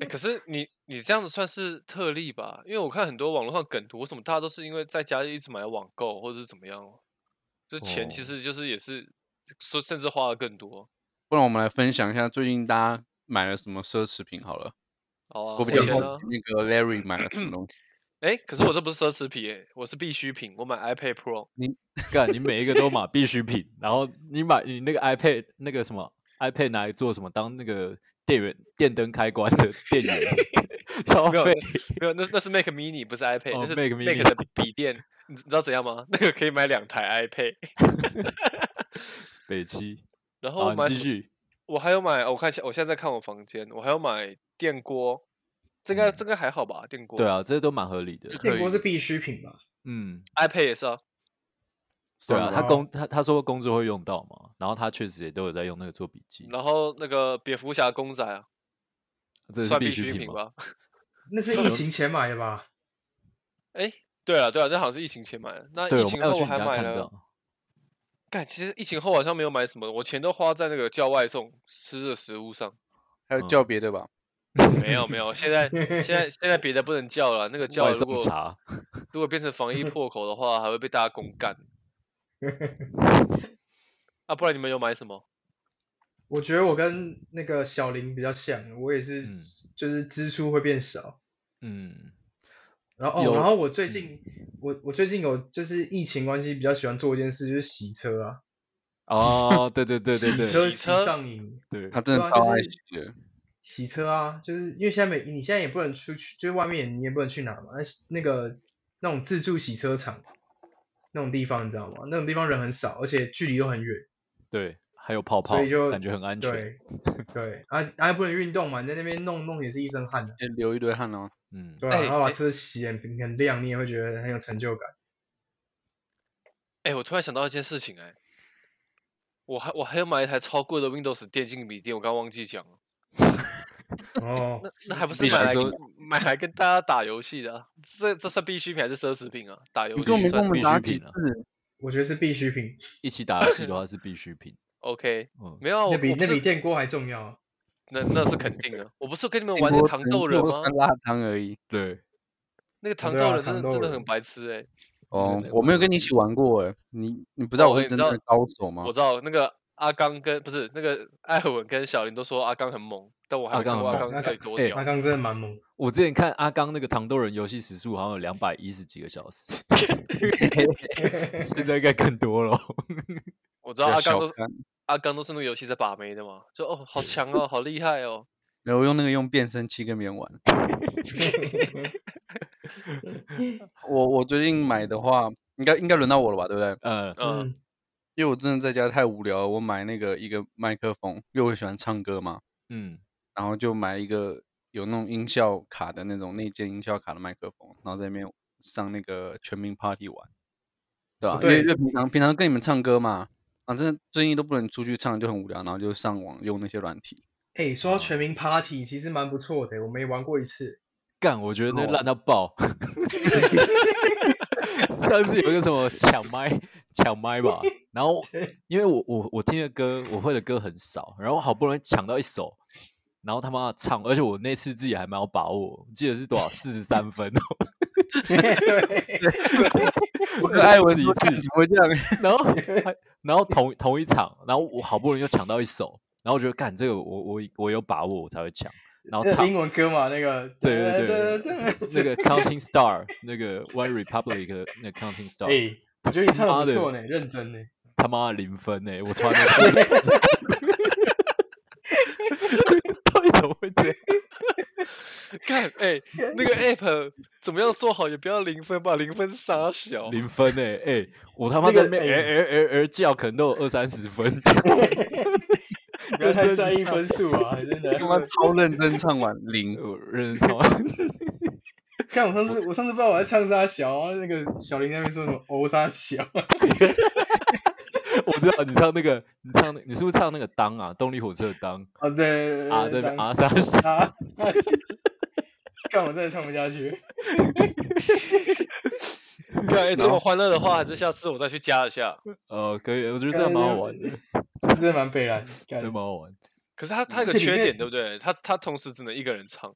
[SPEAKER 3] 诶可是你你这样子算是特例吧？因为我看很多网络上梗图，为什么大家都是因为在家一直买网购或者是怎么样，就钱其
[SPEAKER 2] 哦
[SPEAKER 3] 实就是也是说甚至花的更多。
[SPEAKER 4] 不然我们来分享一下最近大家买了什么奢侈品好了。
[SPEAKER 3] 哦、啊，
[SPEAKER 4] 我
[SPEAKER 3] 我
[SPEAKER 4] 比
[SPEAKER 1] 较
[SPEAKER 4] 较
[SPEAKER 3] 以前
[SPEAKER 1] 好
[SPEAKER 3] 呢？
[SPEAKER 4] 那个 Larry 买了什么 东西？
[SPEAKER 3] 哎，可是我这不是奢侈品、欸，我是必需品，我买 iPad Pro。
[SPEAKER 2] 干，你每一个都买必需品，然后你买你那个 iPad 那个什么 iPad 拿来做什么？当那个电源电灯开关的电 源，超
[SPEAKER 3] 没有
[SPEAKER 2] 费。
[SPEAKER 3] 没有，那那是 Mac Mini，不是 iPad，、
[SPEAKER 2] 哦
[SPEAKER 3] 那是
[SPEAKER 2] Mac Mini
[SPEAKER 3] 的笔电。你知道怎样吗？ 那个可以买两台 iPad。
[SPEAKER 2] 北七，
[SPEAKER 3] 然后
[SPEAKER 2] 好，
[SPEAKER 3] 我买
[SPEAKER 2] 你
[SPEAKER 3] 什
[SPEAKER 2] 继
[SPEAKER 3] 么
[SPEAKER 2] 续。
[SPEAKER 3] 我还有买，我看一下，我现在在看我房间，我还有买电锅，这个、
[SPEAKER 2] 嗯
[SPEAKER 3] 这个还好吧？电锅
[SPEAKER 2] 对啊，这都蛮合理的。
[SPEAKER 1] 电锅是必需品吧？
[SPEAKER 2] 嗯，
[SPEAKER 3] ，iPad 也是啊。
[SPEAKER 2] 对
[SPEAKER 4] 算
[SPEAKER 2] 啊，
[SPEAKER 4] 了
[SPEAKER 2] 他
[SPEAKER 1] 吧
[SPEAKER 2] 工他他说工作会用到嘛，然后他确实也都有在用那个做笔记，
[SPEAKER 3] 然后那个蝙蝠侠公仔啊，
[SPEAKER 2] 这是
[SPEAKER 3] 算
[SPEAKER 2] 必
[SPEAKER 3] 必
[SPEAKER 2] 需
[SPEAKER 3] 需
[SPEAKER 2] 品吗？
[SPEAKER 3] 吧？
[SPEAKER 1] 那是疫情前买的吧？
[SPEAKER 3] 哎，对啊，对啊，这好像是疫情前买的。那
[SPEAKER 2] 对，
[SPEAKER 3] 疫
[SPEAKER 2] 我
[SPEAKER 3] 情
[SPEAKER 2] 们要
[SPEAKER 3] 后
[SPEAKER 2] 去
[SPEAKER 3] 我
[SPEAKER 2] 你
[SPEAKER 3] 还
[SPEAKER 2] 家
[SPEAKER 3] 买
[SPEAKER 2] 看
[SPEAKER 3] 了
[SPEAKER 2] 到，。
[SPEAKER 3] 干，其实疫情后好像没有买什么，我钱都花在那个叫外送吃的食物 上。
[SPEAKER 4] 还有叫别的吧？
[SPEAKER 3] 没有没有，现在现在现在别的不能叫了，那个叫
[SPEAKER 2] 外
[SPEAKER 3] 如
[SPEAKER 2] 送
[SPEAKER 3] 果
[SPEAKER 2] 茶，
[SPEAKER 3] 如果变成防疫破口的话，还会被大家公 干。啊，不然你们有买什么？
[SPEAKER 1] 我觉得我跟那个小林比较像，我也是，
[SPEAKER 2] 嗯
[SPEAKER 1] 就是支出会变少。
[SPEAKER 2] 嗯，
[SPEAKER 1] 然后、哦
[SPEAKER 2] 有嗯
[SPEAKER 1] 然后我最近，我我最近有就是疫情关系比较喜欢做一件事，就是洗车啊，
[SPEAKER 2] 哦，对对对对
[SPEAKER 1] 洗
[SPEAKER 2] 对
[SPEAKER 1] 车
[SPEAKER 3] 洗
[SPEAKER 1] 洗
[SPEAKER 3] 车
[SPEAKER 1] 上瘾，
[SPEAKER 2] 对，
[SPEAKER 4] 他真的
[SPEAKER 1] 对啊就
[SPEAKER 4] 超爱
[SPEAKER 1] 是
[SPEAKER 4] 洗的，
[SPEAKER 1] 洗车啊，就是因为现在每你现在也不能出去，就是外面你也不能去哪嘛，那那个那种自助洗车场那种地方你知道吗？那种地方人很少，而且距离又很远，
[SPEAKER 2] 对，还有泡泡，
[SPEAKER 1] 所以就
[SPEAKER 2] 感觉很安全。
[SPEAKER 1] 对对，啊啊不能运动嘛，你在那边弄弄也是一身汗的，
[SPEAKER 4] 也流一堆汗哦。
[SPEAKER 2] 嗯，
[SPEAKER 1] 对、啊，
[SPEAKER 3] 哎
[SPEAKER 1] 然后把
[SPEAKER 3] 哎
[SPEAKER 1] 车洗很很亮，你也会觉得很有成就感。
[SPEAKER 3] 哎、我突然想到一件事情、哎，我还我还要买一台超贵的 Windows 电竞笔电，我刚刚忘记讲了。
[SPEAKER 1] 哦，
[SPEAKER 3] 那那还不是
[SPEAKER 2] 必
[SPEAKER 3] 买
[SPEAKER 2] 须
[SPEAKER 3] 来
[SPEAKER 2] 说
[SPEAKER 3] 买来跟大家打游戏的啊、这这算必需品还是奢侈品啊？打游
[SPEAKER 4] 你
[SPEAKER 3] 戏
[SPEAKER 4] 跟我们
[SPEAKER 3] 算
[SPEAKER 4] 跟我
[SPEAKER 3] 是必
[SPEAKER 4] 们
[SPEAKER 2] 必
[SPEAKER 4] 打
[SPEAKER 2] 需
[SPEAKER 4] 几
[SPEAKER 2] 品
[SPEAKER 4] 次
[SPEAKER 2] 啊？
[SPEAKER 1] 我觉得是必需品，
[SPEAKER 2] 一起打游戏的话是必需品。
[SPEAKER 3] OK，
[SPEAKER 2] 嗯，
[SPEAKER 3] 没有啊，我
[SPEAKER 1] 那比
[SPEAKER 3] 我不
[SPEAKER 1] 那比
[SPEAKER 3] 是
[SPEAKER 1] 电锅还重要啊。
[SPEAKER 3] 那那是肯定的。我不是跟你们
[SPEAKER 4] 顶
[SPEAKER 3] 玩那
[SPEAKER 4] 多
[SPEAKER 3] 个糖
[SPEAKER 4] 只能
[SPEAKER 3] 豆人
[SPEAKER 4] 做
[SPEAKER 3] 吗
[SPEAKER 4] 酸？辣汤而已。
[SPEAKER 2] 对，
[SPEAKER 3] 那个糖
[SPEAKER 1] 对
[SPEAKER 3] 豆
[SPEAKER 1] 啊
[SPEAKER 3] 人真
[SPEAKER 1] 糖
[SPEAKER 3] 的真
[SPEAKER 1] 豆
[SPEAKER 3] 的
[SPEAKER 1] 人
[SPEAKER 3] 很白痴哎、
[SPEAKER 4] 哦
[SPEAKER 2] 对，
[SPEAKER 4] 我没有跟你一起玩过哎，你你不知道
[SPEAKER 3] 哦
[SPEAKER 4] 我
[SPEAKER 3] 哎
[SPEAKER 4] 是
[SPEAKER 3] 你
[SPEAKER 4] 真
[SPEAKER 3] 知
[SPEAKER 4] 正
[SPEAKER 3] 道
[SPEAKER 4] 的高手吗
[SPEAKER 3] 我？知道那个阿刚跟不是那个 艾尔文跟小林都说阿刚很猛，但我还
[SPEAKER 2] 阿
[SPEAKER 3] 没看
[SPEAKER 2] 刚
[SPEAKER 3] 过阿
[SPEAKER 2] 很
[SPEAKER 3] 刚
[SPEAKER 1] 猛
[SPEAKER 3] 到底多
[SPEAKER 2] 哎
[SPEAKER 3] 屌。
[SPEAKER 1] 阿刚真的蛮 猛，
[SPEAKER 2] 我之前看阿刚那个糖豆人游戏时速好像有两百一十几个小时， 现在应该更多了。
[SPEAKER 3] 我知道阿刚
[SPEAKER 4] 小
[SPEAKER 3] 都是
[SPEAKER 4] 干
[SPEAKER 3] 阿刚都是那个游戏在把妹的嘛，就哦好强哦，好厉害哦。
[SPEAKER 4] 然后用那个用变声器跟别人玩。
[SPEAKER 3] 呃
[SPEAKER 4] 我我最近买的话，应该应该轮到我了吧，对不对？
[SPEAKER 2] 呃，
[SPEAKER 3] 嗯，
[SPEAKER 1] 嗯，
[SPEAKER 4] 因为我真的在家太无聊了，我买那个一个麦克风，因为我喜欢唱歌嘛，
[SPEAKER 2] 嗯，
[SPEAKER 4] 然后就买一个有那种音效卡的那种内建音效卡的麦克风，然后在那边上那个全民 Party 玩，哦对吧、因为
[SPEAKER 1] 对
[SPEAKER 4] 因为平常平常跟你们唱歌嘛，啊，真的最近都不能出去唱，就很无聊，然后就上网用那些软体。
[SPEAKER 1] 哎、说
[SPEAKER 3] 哦
[SPEAKER 1] 到全民 Party，其实蛮不错的，我没玩过一 次。
[SPEAKER 2] 干，我觉得那
[SPEAKER 4] 好玩
[SPEAKER 2] 烂到爆。 上次有一个什么抢麦，抢麦吧，然 后因为我我我听的歌，我会的歌很少，然后好不容易抢到一首，然后他妈唱，而且我那次自己还蛮有把握，我记得是多少四十三分哦，
[SPEAKER 1] 对，
[SPEAKER 2] 我
[SPEAKER 4] 跟艾文
[SPEAKER 2] 自己
[SPEAKER 4] 说
[SPEAKER 2] 自
[SPEAKER 4] 看怎么会这样？
[SPEAKER 2] 然后还然后同同一场，然后我好不容易又抢到一首，然后我觉得干这个我我我有把握我才会抢，然后
[SPEAKER 1] 那
[SPEAKER 2] 唱
[SPEAKER 1] 英文歌嘛，那个，
[SPEAKER 2] 对对对
[SPEAKER 1] 对对
[SPEAKER 2] 那个 Counting Star 那个 One Republic 的那个 Counting Star，、
[SPEAKER 1] 哎，我觉得你唱的
[SPEAKER 2] 妈
[SPEAKER 1] 不
[SPEAKER 2] 的
[SPEAKER 1] 错呢，认真 呢。
[SPEAKER 2] 他妈的零分呢、我 穿的 到底怎么会这样？
[SPEAKER 3] 看哎、那个 app 怎么样做好也不要零分吧，零分傻 小。
[SPEAKER 2] 零分呢、欸？哎、我他妈
[SPEAKER 1] 那
[SPEAKER 2] 在
[SPEAKER 1] 个
[SPEAKER 2] 那边
[SPEAKER 1] 哎
[SPEAKER 2] 哎哎哎哎叫，可能都有二三十分。
[SPEAKER 1] 不要太
[SPEAKER 2] 认真
[SPEAKER 1] 在意分数 啊，真 的。
[SPEAKER 4] 他妈超认真唱完零，
[SPEAKER 2] 我认真他妈
[SPEAKER 1] 看我上次，我上次不知道我在唱啥小，然后那个小林在那边说什么哦 欧啥小，
[SPEAKER 2] 我知道你唱那个，你唱那，你是不是唱那个当啊？动力火车的当
[SPEAKER 1] 啊对
[SPEAKER 2] 啊，对
[SPEAKER 1] 当
[SPEAKER 2] 啊，啥？
[SPEAKER 1] 啊，看我真的唱不下去。嗯
[SPEAKER 3] 看、哎这么欢乐的
[SPEAKER 2] 嗯
[SPEAKER 3] 话，还是下次我再去加一下。
[SPEAKER 2] 呃，可以，我觉得这个蛮好玩的，
[SPEAKER 1] 真的蛮悲 然，
[SPEAKER 2] 真的
[SPEAKER 1] 干
[SPEAKER 2] 蛮好玩。
[SPEAKER 3] 可是它它有个
[SPEAKER 1] 而且里
[SPEAKER 3] 缺
[SPEAKER 1] 面
[SPEAKER 3] 点，对不对？它它同时只能一个人 唱。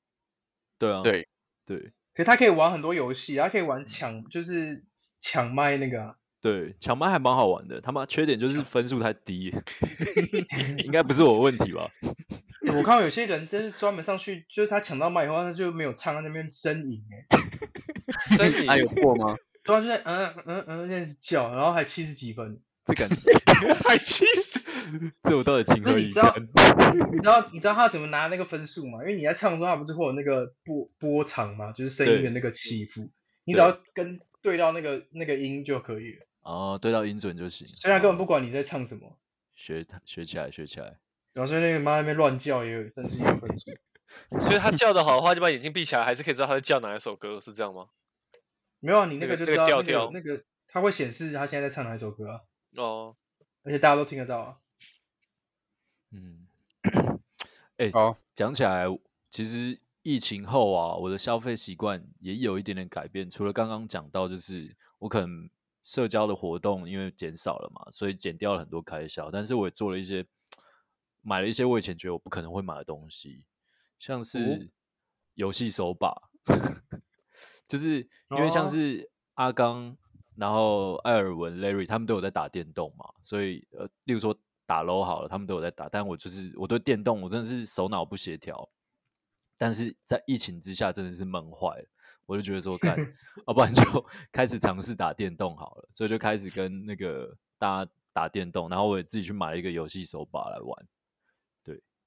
[SPEAKER 2] 对啊，
[SPEAKER 4] 对
[SPEAKER 2] 对
[SPEAKER 1] 可是他可以玩很多游戏，啊他可以玩抢，就是抢麦那个啊、
[SPEAKER 2] 对，抢麦还蛮好玩的。他妈缺点就是分数太低， 应该不是我的问题吧？
[SPEAKER 1] 欸我看到有些人真是专门上去，就是他抢到麦以后，他就没有唱，在那边呻吟哎，
[SPEAKER 3] 森
[SPEAKER 2] 哎
[SPEAKER 4] 还
[SPEAKER 3] 林
[SPEAKER 4] 啊有过吗？
[SPEAKER 1] 对啊，就在嗯嗯嗯这样子叫，然后还七十几分。
[SPEAKER 2] 这感觉，
[SPEAKER 3] 还气死！
[SPEAKER 2] 这我到底情
[SPEAKER 1] 不是
[SPEAKER 2] 何
[SPEAKER 1] 你
[SPEAKER 2] 以
[SPEAKER 1] 知道
[SPEAKER 2] 堪？
[SPEAKER 1] 你知道你知道他怎么拿那个分数吗？因为你在唱的时候，他不是会有那个波波长嘛，就是声音
[SPEAKER 2] 对
[SPEAKER 1] 的那个起伏，你只要跟对到那个那个音就可以了，
[SPEAKER 2] 哦，对到音准就行。
[SPEAKER 1] 所以他根本
[SPEAKER 2] 哦
[SPEAKER 1] 不管你在唱什么。
[SPEAKER 2] 学他学起来，学起来。
[SPEAKER 1] 然后所以那个妈在那边乱叫也有，真是有分数。
[SPEAKER 3] 所以他叫的好的话，就把眼睛闭起来，还是可以知道他在叫哪一首歌，是这样吗？
[SPEAKER 1] 没有啊，你那
[SPEAKER 3] 那
[SPEAKER 1] 个就
[SPEAKER 3] 个那
[SPEAKER 1] 知
[SPEAKER 3] 个
[SPEAKER 1] 道那
[SPEAKER 3] 调
[SPEAKER 1] 个
[SPEAKER 3] 调
[SPEAKER 1] 那个，它会显示他现在在唱哪一首歌啊，
[SPEAKER 3] 哦，
[SPEAKER 1] 而且大家都听得到啊。
[SPEAKER 2] 嗯，
[SPEAKER 4] 好，
[SPEAKER 2] 讲起来，其实疫情后啊，我的消费习惯也有一点点改变。除了刚刚讲到，就是我可能社交的活动因为减少了嘛，所以减掉了很多开销。但是我也做了一些，买了一些我以前觉得我不可能会买的东西，像是游戏手把，就是因为像
[SPEAKER 1] 哦
[SPEAKER 2] 是阿刚，然后艾尔文、Larry 他们都有在打电动嘛，所以呃，例如说打 LO 好了，他们都有在打，但我就是我对电动我真的是手脑不协调，但是在疫情之下真的是闷坏了。我就觉得说，干，要不然就 开始尝试打电动好了，所以就开始跟那个大家打电动，然后我也自己去买了一个游戏手把来玩。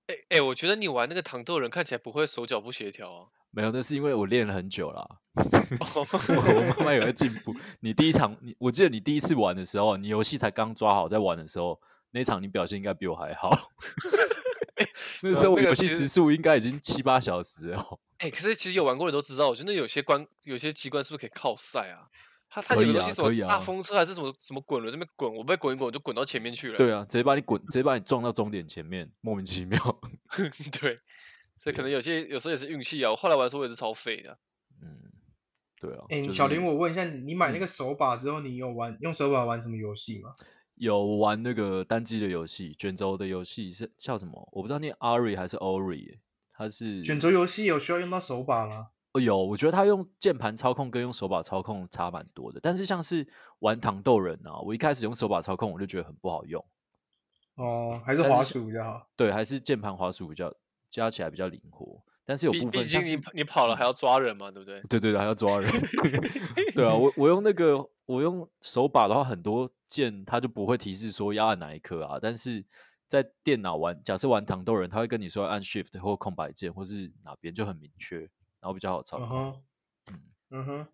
[SPEAKER 3] 哎、哎、我觉得你玩那个糖豆人看起来不会手脚不协调 啊。
[SPEAKER 2] 没有，那是因为我练了很久啦， 我我慢慢有在进步。你第一场，你我记得你第一次玩的时候，你游戏才刚抓好，在玩的时候，那一场你表现应该比我还好。 那时
[SPEAKER 3] 呃
[SPEAKER 2] 候我
[SPEAKER 3] 那个
[SPEAKER 2] 游戏
[SPEAKER 3] 其实
[SPEAKER 2] 时速应该已经七八小时了哦。
[SPEAKER 3] 哎、可是其实有玩过的人都知道，我觉得有些关有些机关是不是可以靠赛啊？它它
[SPEAKER 2] 可
[SPEAKER 3] 有个
[SPEAKER 2] 以
[SPEAKER 3] 东西
[SPEAKER 2] 啊
[SPEAKER 3] 什
[SPEAKER 2] 可以
[SPEAKER 3] 么大
[SPEAKER 2] 啊
[SPEAKER 3] 风车还是什么什么滚轮这边滚，我被滚一滚我就滚到前面去了。
[SPEAKER 2] 对啊，直接把你滚，直接把你撞到终点前面，莫名其妙。
[SPEAKER 3] 对，所以可能有些有时候也是运气啊。我后来玩的时候我也是超废的，
[SPEAKER 2] 嗯，对啊。
[SPEAKER 1] 哎、
[SPEAKER 2] 就是
[SPEAKER 1] 小林，我问一下，你买那个手把之后，你有玩用手把玩什么游戏吗？
[SPEAKER 2] 有玩那个单机的游戏，卷轴的游戏是叫什么？我不知道念 Ari 还是 Ori，耶它是
[SPEAKER 1] 卷轴游戏有需要用到手把吗？
[SPEAKER 2] 哦，有，我觉得他用键盘操控跟用手把操控差蛮多的。但是像是玩糖豆人啊，我一开始用手把操控我就觉得很不好用，
[SPEAKER 1] 哦，还是
[SPEAKER 2] 但是
[SPEAKER 1] 滑
[SPEAKER 2] 像
[SPEAKER 1] 鼠比较好。
[SPEAKER 2] 对，还是键盘滑鼠比较加起来比较灵活。但是有
[SPEAKER 3] 毕
[SPEAKER 2] 部
[SPEAKER 3] 毕
[SPEAKER 2] 分像是
[SPEAKER 3] 竟你
[SPEAKER 2] 嗯
[SPEAKER 3] 跑你跑了还要抓人嘛，对不对？
[SPEAKER 2] 对对对，还要抓人。 对啊，我我用那个我用手把的话，很多键它就不会提示说要按哪一颗啊，但是在电脑玩，假设玩糖豆人，它会跟你说要按 Shift 或空白键或是哪边就很明确，然后比较好操
[SPEAKER 1] 嗯
[SPEAKER 2] 控。
[SPEAKER 1] 哼，嗯哼，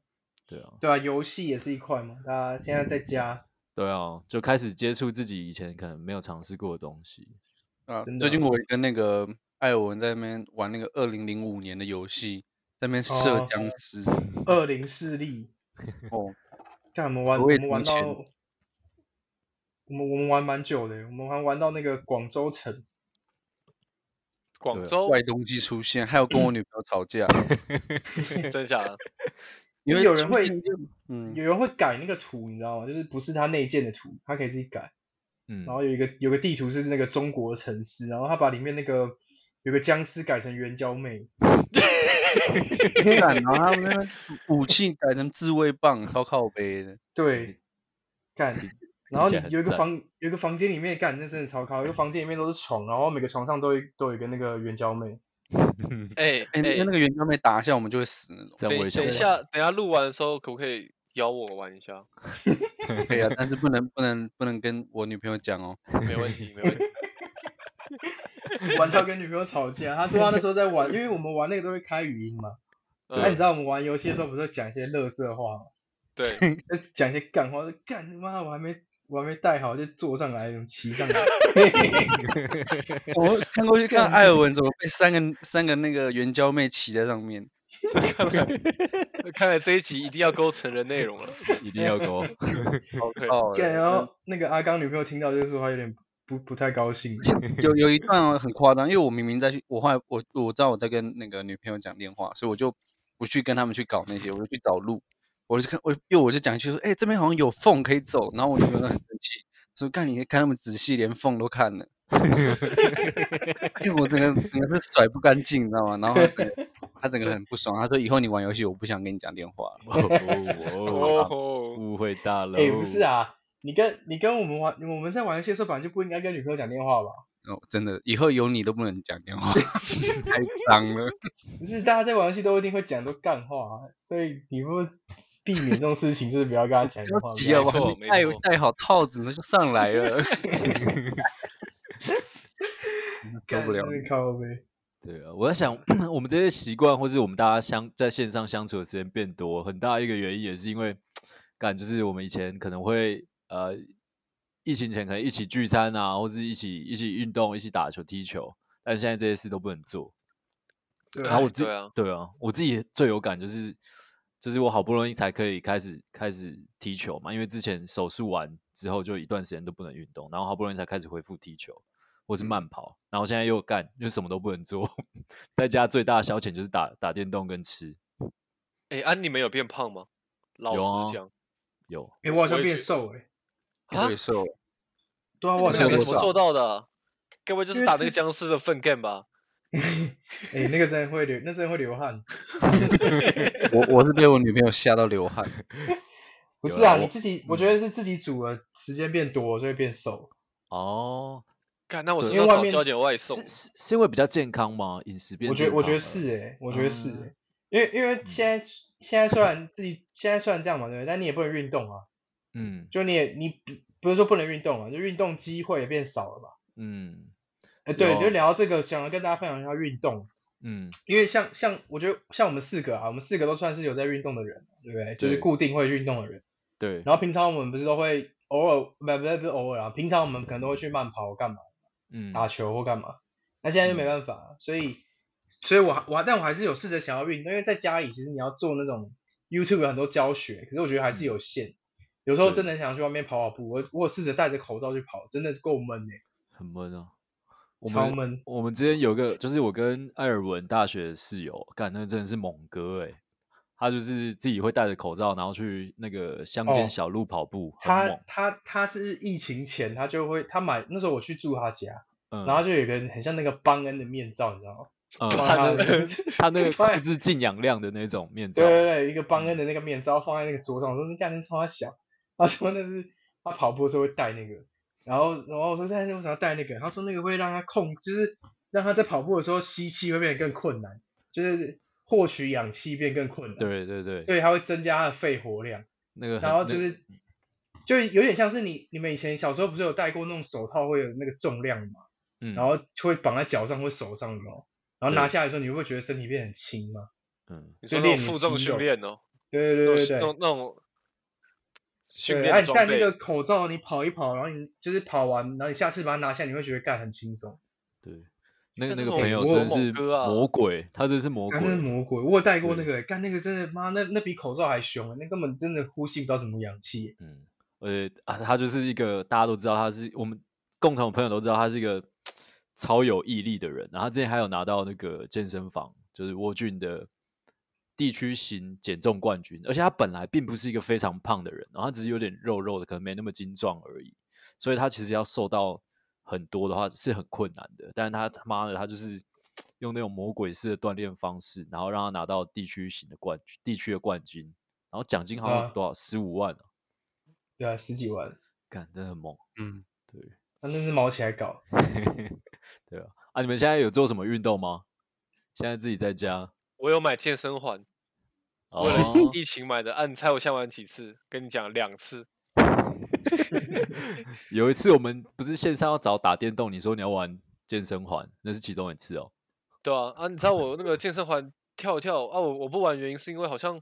[SPEAKER 2] 对啊，
[SPEAKER 1] 对啊，游戏也是一块嘛。大家现在在家，
[SPEAKER 2] 对啊，就开始接触自己以前可能没有尝试过的东西。
[SPEAKER 4] 啊，
[SPEAKER 1] 真
[SPEAKER 4] 最
[SPEAKER 1] 的
[SPEAKER 4] 近我也跟那个艾尔文在那边玩那个二零零五年的游戏，在那边射
[SPEAKER 1] 哦
[SPEAKER 4] 僵尸。
[SPEAKER 1] 二零势力，
[SPEAKER 4] 哦，
[SPEAKER 1] 但我们玩
[SPEAKER 4] 我也
[SPEAKER 1] 们玩
[SPEAKER 4] 从
[SPEAKER 1] 到，
[SPEAKER 4] 前
[SPEAKER 1] 我们我们玩蛮久的，我们还玩到那个广州城。
[SPEAKER 3] 广
[SPEAKER 2] 对啊
[SPEAKER 3] 州
[SPEAKER 4] 怪东西出现，还有跟我女朋友吵架，
[SPEAKER 3] 真假的？
[SPEAKER 4] 因为
[SPEAKER 1] 有人
[SPEAKER 4] 出
[SPEAKER 1] 会
[SPEAKER 4] 现就嗯，
[SPEAKER 1] 有人会改那个图，你知道吗？就是不是它内建的图，它可以自己改。
[SPEAKER 2] 嗯，
[SPEAKER 1] 然后有一个有个地图是那个中国城市，然后他把里面那个有个僵尸改成援交妹，
[SPEAKER 4] 天然后他们那边 武器改成自卫棒，超靠背的。
[SPEAKER 1] 对，干。然后
[SPEAKER 2] 嗯起
[SPEAKER 1] 你
[SPEAKER 2] 来很
[SPEAKER 1] 有一个
[SPEAKER 2] 赞
[SPEAKER 1] 房有一个房间里面干，那真的超高，一个房间里面都是床，然后每个床上都有一都有一个那个援交妹。
[SPEAKER 3] 哎
[SPEAKER 4] 哎、那那
[SPEAKER 3] 哎，
[SPEAKER 4] 个原装被打一下，我们就会死那种。
[SPEAKER 2] 这样
[SPEAKER 3] 等
[SPEAKER 2] 我
[SPEAKER 3] 一
[SPEAKER 2] 也想
[SPEAKER 3] 等一
[SPEAKER 2] 玩
[SPEAKER 3] 下，等一下录完的时候可不可以邀我玩一下？
[SPEAKER 4] 可以啊，但是不能不能不能跟我女朋友讲 哦。
[SPEAKER 3] 没问题，没问 题。
[SPEAKER 1] 玩到跟女朋友吵架，他说他那时候在玩，因为我们玩那个都会开语音嘛。
[SPEAKER 2] 对
[SPEAKER 1] 那、
[SPEAKER 3] 嗯
[SPEAKER 1] 你知道我们玩游戏的时候不是会讲一些乐色话吗？
[SPEAKER 3] 对，
[SPEAKER 1] 就讲一些干话，说干他妈我还没我还没带好就坐上来，骑上 来。
[SPEAKER 4] 我看过去看艾尔文怎么被三个三个那个援交妹骑在上面，
[SPEAKER 3] 看来这一集一定要勾成人 内容了。
[SPEAKER 2] 一定要 勾。
[SPEAKER 4] 好
[SPEAKER 3] 对
[SPEAKER 4] 靠
[SPEAKER 1] 干然
[SPEAKER 4] 的。
[SPEAKER 1] 后那个阿刚女朋友听到就说她有点不不太高兴。
[SPEAKER 4] 有有一段哦很夸张，因为我明明在去，我后来我我知道我在跟那个女朋友讲电话，所以我就不去跟他们去搞那些，我就去找路，我就看我因为我就讲一句说，哎、这边好像有缝可以走，然后我女朋友就很生气，说看你看他们仔细连缝都看了， 因为我整个整个是甩不干净，你知道吗？然后他整个他整个很不爽，他说以后你玩游戏我不想跟你讲电话了，
[SPEAKER 2] 哦，
[SPEAKER 3] 哦，
[SPEAKER 2] 误会大了。
[SPEAKER 1] 哎、不是，啊，你跟你跟我们玩，我们在玩游戏的时候本来就不应该跟女朋友讲电话吧？
[SPEAKER 4] 哦，真的以后有你都不能讲电话， 太脏了。
[SPEAKER 1] 不是，大家在玩游戏都一定会讲都干话、啊，所以你不避免这种事情，就是不要跟他讲电
[SPEAKER 4] 不
[SPEAKER 1] 话
[SPEAKER 4] 要。
[SPEAKER 1] 不
[SPEAKER 4] 急
[SPEAKER 1] 要
[SPEAKER 3] 没
[SPEAKER 4] 啊，我还
[SPEAKER 3] 错
[SPEAKER 4] 没
[SPEAKER 3] 没
[SPEAKER 4] 戴
[SPEAKER 3] 错
[SPEAKER 4] 戴好套子呢，就上来了， 受不了
[SPEAKER 1] 干那个靠背。
[SPEAKER 2] 对啊，我在想， 我们这些习惯，或是我们大家相在线上相处的时间变多，很大一个原因也是因为，感就是我们以前可能会呃，疫情前可能一起聚餐啊，或是一起一起运动、一起打球、踢球，但现在这些事都不能做。
[SPEAKER 1] 对
[SPEAKER 2] 然后我
[SPEAKER 1] 啊，
[SPEAKER 2] 自
[SPEAKER 3] 对啊
[SPEAKER 2] 对啊，我自己最有感就是，就是我好不容易才可以开始开始踢球嘛，因为之前手术完之后就一段时间都不能运动，然后好不容易才开始恢复踢球或
[SPEAKER 1] 嗯
[SPEAKER 2] 是慢跑，然后现在又干，又什么都不能做， 在家最大的消遣就是打打电动跟吃。
[SPEAKER 3] 哎，安，你们有变胖吗？老
[SPEAKER 2] 有啊
[SPEAKER 3] 实讲，
[SPEAKER 2] 有，
[SPEAKER 1] 哎、我好
[SPEAKER 3] 我
[SPEAKER 1] 像
[SPEAKER 3] 也
[SPEAKER 1] 变
[SPEAKER 3] 觉得
[SPEAKER 1] 瘦哎、
[SPEAKER 4] 我也
[SPEAKER 3] 啊
[SPEAKER 4] 瘦了。
[SPEAKER 1] 对啊，
[SPEAKER 3] 那
[SPEAKER 1] 我好
[SPEAKER 3] 你
[SPEAKER 1] 像变
[SPEAKER 3] 们两个
[SPEAKER 4] 有
[SPEAKER 3] 怎
[SPEAKER 1] 瘦
[SPEAKER 3] 么。做到的啊？该不会就
[SPEAKER 1] 因
[SPEAKER 3] 是
[SPEAKER 1] 为
[SPEAKER 3] 打那
[SPEAKER 1] 之
[SPEAKER 3] 个僵尸的粪 game 吧？
[SPEAKER 1] 哎、那个真的会流，那真的会流汗。
[SPEAKER 4] 我我是被我女朋友吓到流汗，
[SPEAKER 1] 不
[SPEAKER 2] 有
[SPEAKER 1] 是
[SPEAKER 2] 啦
[SPEAKER 1] 啊，
[SPEAKER 2] 我
[SPEAKER 1] 你自己，我觉得是自己煮了，时间变多，所以变瘦。
[SPEAKER 2] 哦，
[SPEAKER 3] 看，那我
[SPEAKER 2] 对
[SPEAKER 3] 是不
[SPEAKER 1] 因
[SPEAKER 3] 是
[SPEAKER 1] 为
[SPEAKER 3] 要
[SPEAKER 1] 外
[SPEAKER 3] 少
[SPEAKER 1] 面
[SPEAKER 3] 交点外送
[SPEAKER 2] 是？是是因为比较健康吗？饮食变
[SPEAKER 1] 我觉得，
[SPEAKER 2] 健
[SPEAKER 1] 我觉
[SPEAKER 2] 康
[SPEAKER 1] 得
[SPEAKER 2] 了
[SPEAKER 1] 是哎、我觉得是、
[SPEAKER 2] 嗯
[SPEAKER 1] 欸，因为因为现在现在虽然自己现在虽然这样嘛，对不对？但你也不能运动啊，
[SPEAKER 2] 嗯
[SPEAKER 1] 就你也你不不是说不能运动啊，就运动机会也变少了吧？
[SPEAKER 2] 嗯
[SPEAKER 1] 哎、对，
[SPEAKER 2] 有
[SPEAKER 1] 就聊到这个，想要跟大家分享一下运动，
[SPEAKER 2] 嗯，
[SPEAKER 1] 因为像像我觉得像我们四个啊，我们四个都算是有在运动的人，对不对？就是
[SPEAKER 2] 对
[SPEAKER 1] 固定会运动的人。
[SPEAKER 2] 对，
[SPEAKER 1] 然后平常我们不是都会偶尔不不不是偶尔啊，平常我们可能都会去慢跑干嘛，
[SPEAKER 2] 嗯，
[SPEAKER 1] 打球或干嘛。那现在就没办法了，所以所以我还我还但我还是有试着想要运动，因为在家里其实你要做那种 YouTube 有很多教学，可是我觉得
[SPEAKER 2] 嗯
[SPEAKER 1] 还是有限。有时候真的很想去外面跑跑步，我我有试着戴着口罩去跑，真的是够闷哎、
[SPEAKER 2] 很闷啊。我
[SPEAKER 1] 超
[SPEAKER 2] 们
[SPEAKER 1] 闷
[SPEAKER 2] 我们之前有个，就是我跟艾尔文大学的室友，干那真的是猛哥哎、他就是自己会戴着口罩，然后去那个乡
[SPEAKER 1] 哦
[SPEAKER 2] 间小路跑步，很
[SPEAKER 1] 他
[SPEAKER 2] 猛。
[SPEAKER 1] 他他是疫情前他就会他买那时候我去住他家，
[SPEAKER 2] 嗯，
[SPEAKER 1] 然后就有一个很像那个邦恩的面罩，你知道吗？
[SPEAKER 2] 嗯，
[SPEAKER 1] 放
[SPEAKER 2] 他
[SPEAKER 1] 在
[SPEAKER 2] 那
[SPEAKER 1] 他的
[SPEAKER 2] 他那个
[SPEAKER 1] 放在
[SPEAKER 2] 控制静氧量的那种面罩
[SPEAKER 1] 对，对对，一个邦恩的那个面罩放在那个桌上，我说你干那超小，他说那是他跑步的时候会带那个，然后然后我说但是为什么要带那个？他说那个会让他控，就是让他在跑步的时候吸气会变得更困难，就是获取氧气变更困难，，
[SPEAKER 2] 对对对，
[SPEAKER 1] 所以它会增加他的肺活量，
[SPEAKER 2] 那个很
[SPEAKER 1] 然后
[SPEAKER 2] 那
[SPEAKER 1] 就是就有点像是你你们以前小时候不是有戴过那种手套会有那个重量嘛，
[SPEAKER 2] 嗯，
[SPEAKER 1] 然后就会绑在脚上或手上的哦，然后拿
[SPEAKER 2] 对
[SPEAKER 1] 下来的时候你会不会觉得身体变得很轻吗？
[SPEAKER 2] 嗯，
[SPEAKER 3] 你
[SPEAKER 1] 就
[SPEAKER 3] 说那
[SPEAKER 1] 练
[SPEAKER 3] 种
[SPEAKER 1] 你
[SPEAKER 3] 负
[SPEAKER 1] 的
[SPEAKER 3] 重
[SPEAKER 1] 肌
[SPEAKER 3] 训
[SPEAKER 1] 肉
[SPEAKER 3] 练哦，
[SPEAKER 1] 对对
[SPEAKER 3] 那
[SPEAKER 1] 对
[SPEAKER 3] 种
[SPEAKER 1] 对对
[SPEAKER 3] 那种。那种训
[SPEAKER 1] 对，
[SPEAKER 3] 练
[SPEAKER 1] 啊
[SPEAKER 3] 的
[SPEAKER 1] 你
[SPEAKER 3] 装
[SPEAKER 1] 戴那
[SPEAKER 3] 备，
[SPEAKER 1] 个口罩，你跑一跑，然后你就是跑完，然后你下次把它拿下，你会觉得干很轻松。
[SPEAKER 2] 对，那个
[SPEAKER 3] 那
[SPEAKER 2] 那
[SPEAKER 3] 这
[SPEAKER 2] 个
[SPEAKER 3] 种
[SPEAKER 2] 朋友
[SPEAKER 1] 魔
[SPEAKER 2] 真的
[SPEAKER 3] 猛
[SPEAKER 2] 是
[SPEAKER 3] 哥啊
[SPEAKER 2] 魔鬼，他真是魔
[SPEAKER 1] 干那是
[SPEAKER 2] 鬼，
[SPEAKER 1] 魔鬼，我有戴过那
[SPEAKER 2] 对
[SPEAKER 1] 个、欸干那个真的妈，那那比口罩还凶，欸那根本真的呼吸不到什么氧气。欸
[SPEAKER 2] 嗯，而且啊，他就是一个大家都知道他是我们共同的朋友都知道他是一个超有毅力的人，然后他之前还有拿到那个健身房就是沃郡的地区型减重冠军，而且他本来并不是一个非常胖的人，然后他只是有点肉肉的，可能没那么精壮而已，所以他其实要瘦到很多的话是很困难的，但是他他妈的他就是。用那种魔鬼式的锻炼方式，然后让他拿到地区型的冠军，地区的冠军，然后奖金好
[SPEAKER 1] 啊
[SPEAKER 2] 像多少十五、15万啊，
[SPEAKER 1] 对啊，十几万，
[SPEAKER 2] 干，真的很猛。
[SPEAKER 4] 嗯，
[SPEAKER 2] 对，
[SPEAKER 1] 那真是毛起来搞。
[SPEAKER 2] 对啊。啊，你们现在有做什么运动吗？现在自己在家？
[SPEAKER 3] 我有买健身环，
[SPEAKER 2] 哦
[SPEAKER 3] 为，了疫情买的。啊，你猜我下完几次？跟你讲两次。
[SPEAKER 2] 有一次我们不是线上要找打电动，你说你要玩健身环，那是其中一次哦。
[SPEAKER 3] 对啊，啊，你知道我那个健身环跳一跳啊，我我不玩原因是因为好像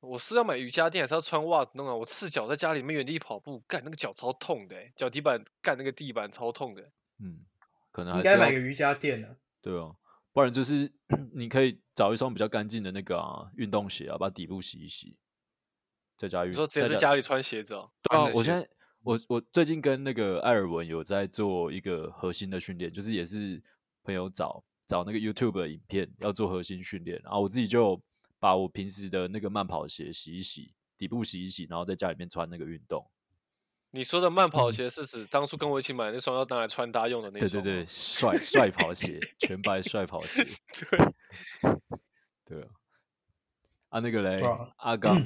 [SPEAKER 3] 我是要买瑜伽垫还是要穿袜子弄啊？我赤脚在家里面原地跑步，干那个脚超痛的欸、脚底板干那个地板超痛的欸、
[SPEAKER 2] 嗯，可能还
[SPEAKER 1] 应
[SPEAKER 2] 是
[SPEAKER 1] 该买
[SPEAKER 2] 要
[SPEAKER 1] 个瑜伽垫啊。
[SPEAKER 2] 对啊，不然就是 你可以找一双比较干净的那个啊运动鞋啊，把底部洗一洗，在家运。
[SPEAKER 3] 你说直接在
[SPEAKER 2] 家
[SPEAKER 3] 家里穿鞋子哦、
[SPEAKER 2] 对
[SPEAKER 4] 穿
[SPEAKER 2] 啊
[SPEAKER 4] 的，
[SPEAKER 2] 我现
[SPEAKER 4] 鞋
[SPEAKER 2] 在我我最近跟那个艾尔文有在做一个核心的训练，就是也是朋友找找那个 YouTube 的影片要做核心训练，然后我自己就把我平时的那个慢跑鞋洗一洗，底部洗一洗，然后在家里面穿那个运动。
[SPEAKER 3] 你说的慢跑
[SPEAKER 1] 嗯
[SPEAKER 3] 鞋是指当初跟我一起买那双要拿来穿搭用的那
[SPEAKER 2] 对对
[SPEAKER 3] 双
[SPEAKER 2] 对，
[SPEAKER 3] 吗？
[SPEAKER 2] 帅帅跑鞋，全白帅跑鞋。
[SPEAKER 3] 对，
[SPEAKER 2] 对啊，啊那个嘞
[SPEAKER 1] 啊，
[SPEAKER 2] 阿刚，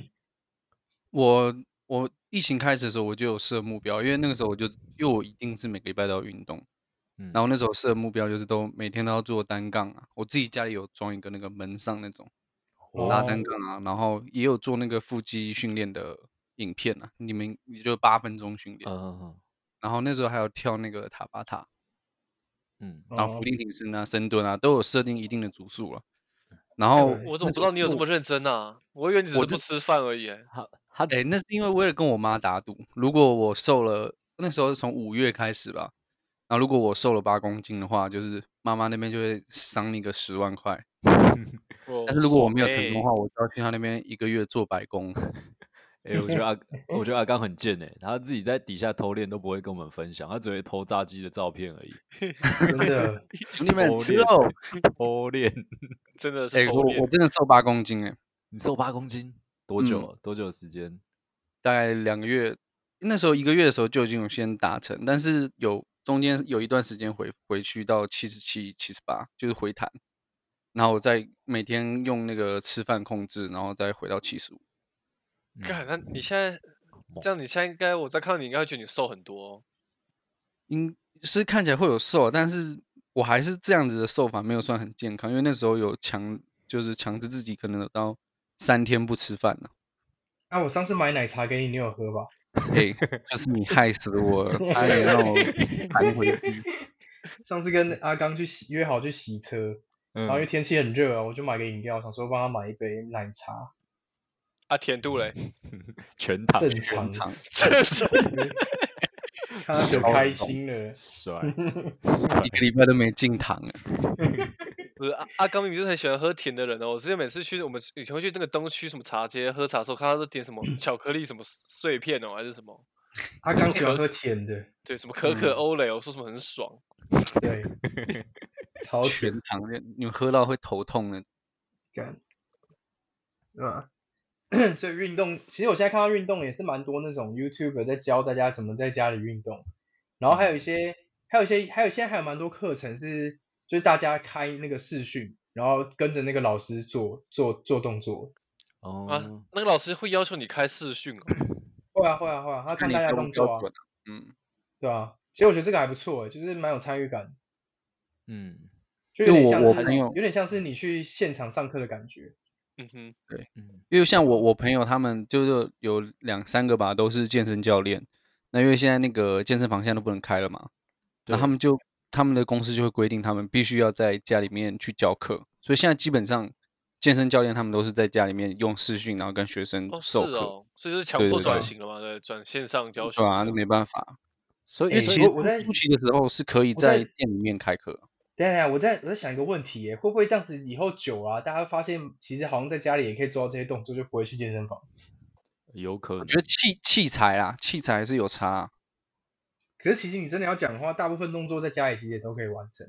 [SPEAKER 4] 我我疫情开始的时候我就有设目标，因为那个时候我就因为我一定是每个礼拜都要运动，
[SPEAKER 2] 嗯，
[SPEAKER 4] 然后那时候设的目标就是都每天都要做单杠啊，我自己家里有装一个那个门上那种拉单
[SPEAKER 1] 哦
[SPEAKER 4] 杠啊，然后也有做那个腹肌训练的影片啊，你们也就八分钟训练，
[SPEAKER 2] 嗯嗯
[SPEAKER 4] 然后那时候还有跳那个塔巴塔，
[SPEAKER 2] 嗯，
[SPEAKER 4] 然后
[SPEAKER 1] 哦
[SPEAKER 4] 伏地挺身啊、深蹲啊，都有设定一定的组数了。然
[SPEAKER 1] 哎
[SPEAKER 4] 后
[SPEAKER 1] 我
[SPEAKER 3] 我怎么不
[SPEAKER 4] 那时
[SPEAKER 3] 知
[SPEAKER 4] 候
[SPEAKER 3] 道你有这
[SPEAKER 4] 做
[SPEAKER 3] 么认真啊？我以为你只
[SPEAKER 4] 我
[SPEAKER 3] 是不
[SPEAKER 4] 这
[SPEAKER 3] 吃饭而已欸、
[SPEAKER 2] 他他
[SPEAKER 4] 哎、那是因为为了跟我妈打赌，如果我瘦了，那时候是从五月开始吧，然后如果我瘦了八公斤的话，就是妈妈那边就会赏你个十万块。
[SPEAKER 3] 我哎
[SPEAKER 4] 但是如果
[SPEAKER 3] 索
[SPEAKER 4] 我没有成功
[SPEAKER 3] 赔
[SPEAKER 4] 的话，我就要去他那边一个月做白工。
[SPEAKER 2] 哎、我觉得阿，我觉得阿刚很贱哎、他自己在底下偷练都不会跟我们分享，他只会 PO 炸鸡的照片而已。
[SPEAKER 1] 真 的，
[SPEAKER 4] 兄弟们
[SPEAKER 2] 偷
[SPEAKER 4] 吃
[SPEAKER 2] 哦练
[SPEAKER 4] 肉！
[SPEAKER 2] 偷练，
[SPEAKER 3] 真的
[SPEAKER 4] 哎、
[SPEAKER 3] 是偷
[SPEAKER 4] 我
[SPEAKER 3] 练
[SPEAKER 4] 我真的瘦八公斤哎、
[SPEAKER 2] 你瘦八公斤多久啊？多久的时间？
[SPEAKER 4] 大概两个月，那时候一个月的时候就已经有先达成，但是有中间有一段时间回回去到七十七、七十八，就是回弹，然后我再每天用那个吃饭控制，然后再回到七十五。
[SPEAKER 2] 嗯
[SPEAKER 3] 干，那你现在
[SPEAKER 2] 猛
[SPEAKER 3] 这样，你现在应该我在看到你，应该会觉得你瘦很多、哦。
[SPEAKER 4] 应是看起来会有瘦，但是我还是这样子的瘦法没有算很健康，因为那时候有强就是强制自己可能有到三天不吃饭呢、
[SPEAKER 1] 那、啊我上次买奶茶给你，你有喝吧？
[SPEAKER 4] 哎、就是你害死我了，差点让我弹回去。
[SPEAKER 1] 上次跟阿刚去洗约好去洗车，然后因为
[SPEAKER 2] 嗯，
[SPEAKER 1] 天气很热啊，我就买个饮料，想说帮他买一杯奶茶。
[SPEAKER 3] 啊，甜度
[SPEAKER 4] 嗯
[SPEAKER 3] 嘞，
[SPEAKER 2] 全糖
[SPEAKER 1] 正常，
[SPEAKER 4] 糖
[SPEAKER 1] 看他就开心了。
[SPEAKER 2] 帅，
[SPEAKER 4] 一个礼拜都没进糖了。
[SPEAKER 3] 不是阿阿啊刚明明就是很喜欢喝甜的人哦。我之前每次去我们以前会去那个东区什么茶街喝茶的时候，看他都点什
[SPEAKER 4] 嗯
[SPEAKER 3] 么巧克力什么碎片哦，还是什么
[SPEAKER 1] 他刚喜欢喝甜的，
[SPEAKER 3] 对什么可
[SPEAKER 4] 嗯
[SPEAKER 3] 可欧蕾哦，说什么很爽。
[SPEAKER 1] 对，超甜
[SPEAKER 4] 全糖的，你们喝到会头痛的。
[SPEAKER 1] 感，对吧？ 所以运动，其实我现在看到运动也是蛮多那种 YouTube 在教大家怎么在家里运动，然后还有一
[SPEAKER 4] 嗯
[SPEAKER 1] 些，还有一些，还有现在还有蛮多课程是，就是大家开那个视讯，然后跟着那个老师做做做动作。
[SPEAKER 3] 啊
[SPEAKER 2] 哦，，
[SPEAKER 3] 那个老师会要求你开视讯哦，
[SPEAKER 1] 会啊会啊会啊，他看
[SPEAKER 4] 你
[SPEAKER 1] 大家
[SPEAKER 4] 标
[SPEAKER 1] 动
[SPEAKER 4] 标
[SPEAKER 1] 作啊
[SPEAKER 4] 准，嗯，
[SPEAKER 1] 对啊，其实我觉得这个还不错、欸，就是蛮有参与感，
[SPEAKER 2] 嗯
[SPEAKER 1] 就有
[SPEAKER 4] 因为
[SPEAKER 1] 点
[SPEAKER 4] 我
[SPEAKER 1] 像
[SPEAKER 4] 我
[SPEAKER 1] 是
[SPEAKER 4] 朋友嗯
[SPEAKER 1] 有点像是你去现场上课的感觉。
[SPEAKER 3] 嗯哼，
[SPEAKER 2] 嗯
[SPEAKER 4] 因为像我我朋友他们就是有两三个吧，都是健身教练。那因为现在那个健身房现在都不能开了嘛，那
[SPEAKER 2] 对
[SPEAKER 4] 他们就他们的公司就会规定他们必须要在家里面去教课，所以现在基本上健身教练他们都是在家里面用视讯，然后跟学生
[SPEAKER 3] 哦是
[SPEAKER 4] 授课，
[SPEAKER 3] 哦，所以就是强
[SPEAKER 4] 对
[SPEAKER 3] 迫
[SPEAKER 4] 对
[SPEAKER 3] 转
[SPEAKER 1] 对
[SPEAKER 3] 型了嘛，对，转线上教学
[SPEAKER 4] 对啊，
[SPEAKER 3] 嘛，
[SPEAKER 4] 那没办法。
[SPEAKER 2] 所以
[SPEAKER 4] 因
[SPEAKER 1] 欸
[SPEAKER 4] 为其
[SPEAKER 2] 所
[SPEAKER 4] 实
[SPEAKER 1] 我我在
[SPEAKER 4] 初期的时候是可以
[SPEAKER 1] 我在
[SPEAKER 4] 在店里面开课，
[SPEAKER 1] 等一下，我在我在想一个问题耶，会不会这样子以后久啊，大家发现其实好像在家里也可以做到这些动作，就不会去健身房。
[SPEAKER 2] 以有可
[SPEAKER 4] 我
[SPEAKER 2] 能
[SPEAKER 4] 觉得器器材啦，器材还是有差啊、
[SPEAKER 1] 可是其实你真的要讲的话，大部分动作在家里其实也都可以完成，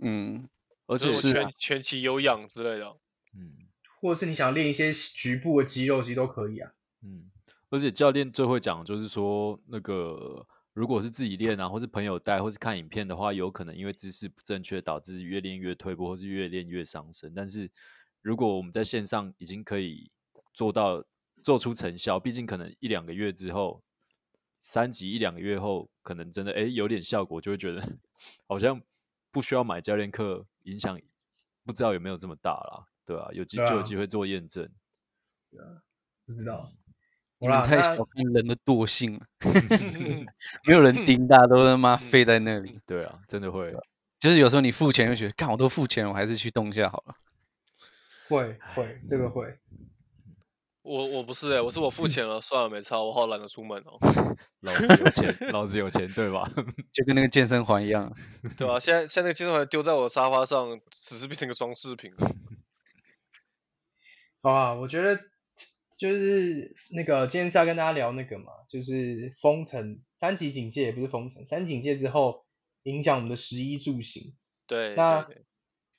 [SPEAKER 4] 嗯，
[SPEAKER 2] 而且
[SPEAKER 3] 就是是
[SPEAKER 4] 啊
[SPEAKER 3] 全全期有氧之类的哦。
[SPEAKER 2] 嗯
[SPEAKER 1] 或者是你想练一些局部的肌肉，其实都可以啊。
[SPEAKER 2] 嗯，而且教练最会讲的就是说，那个如果是自己练啊，或是朋友带，或是看影片的话，有可能因为姿势不正确导致越练越退步，或是越练越伤身。但是如果我们在线上已经可以做到做出成效，毕竟可能一两个月之后，三级一两个月后，可能真的哎有点效果，就会觉得 好像不需要买教练课，影响不知道有没有这么大啦，对吧、有机
[SPEAKER 1] 对
[SPEAKER 2] 就有
[SPEAKER 1] 啊
[SPEAKER 2] 机会做验证。
[SPEAKER 1] 不知道，
[SPEAKER 4] 你
[SPEAKER 1] 好
[SPEAKER 4] 们
[SPEAKER 1] 啦，
[SPEAKER 4] 太
[SPEAKER 1] 那嗯
[SPEAKER 4] 小看人的惰性了，
[SPEAKER 3] 嗯
[SPEAKER 4] 没有人盯，大家都他妈废在那里。
[SPEAKER 2] 对啊，真的会。
[SPEAKER 4] 就是有时候你
[SPEAKER 1] 嗯
[SPEAKER 4] 付钱就觉得，干我都付钱了，我还是去动一下好了。
[SPEAKER 1] 会会这
[SPEAKER 4] 嗯
[SPEAKER 1] 个会，
[SPEAKER 3] 我我不是哎、我是我付钱了，算了，没差，我好懒得出门哦。
[SPEAKER 2] 老子有钱，老子有钱，对吧？
[SPEAKER 1] 嗯
[SPEAKER 4] 就跟那个健身环一样，
[SPEAKER 3] 对
[SPEAKER 4] 嗯
[SPEAKER 3] 啊，现在现在那个健身环丢在我的沙发上，只是变成一个装饰品了。
[SPEAKER 1] 好啊，我觉得就是那个今天是要跟大家聊那个嘛，就是封城三级警戒，也不是封城，三级警戒之后影响我们的食衣住行。
[SPEAKER 3] 对，
[SPEAKER 1] 那
[SPEAKER 3] 对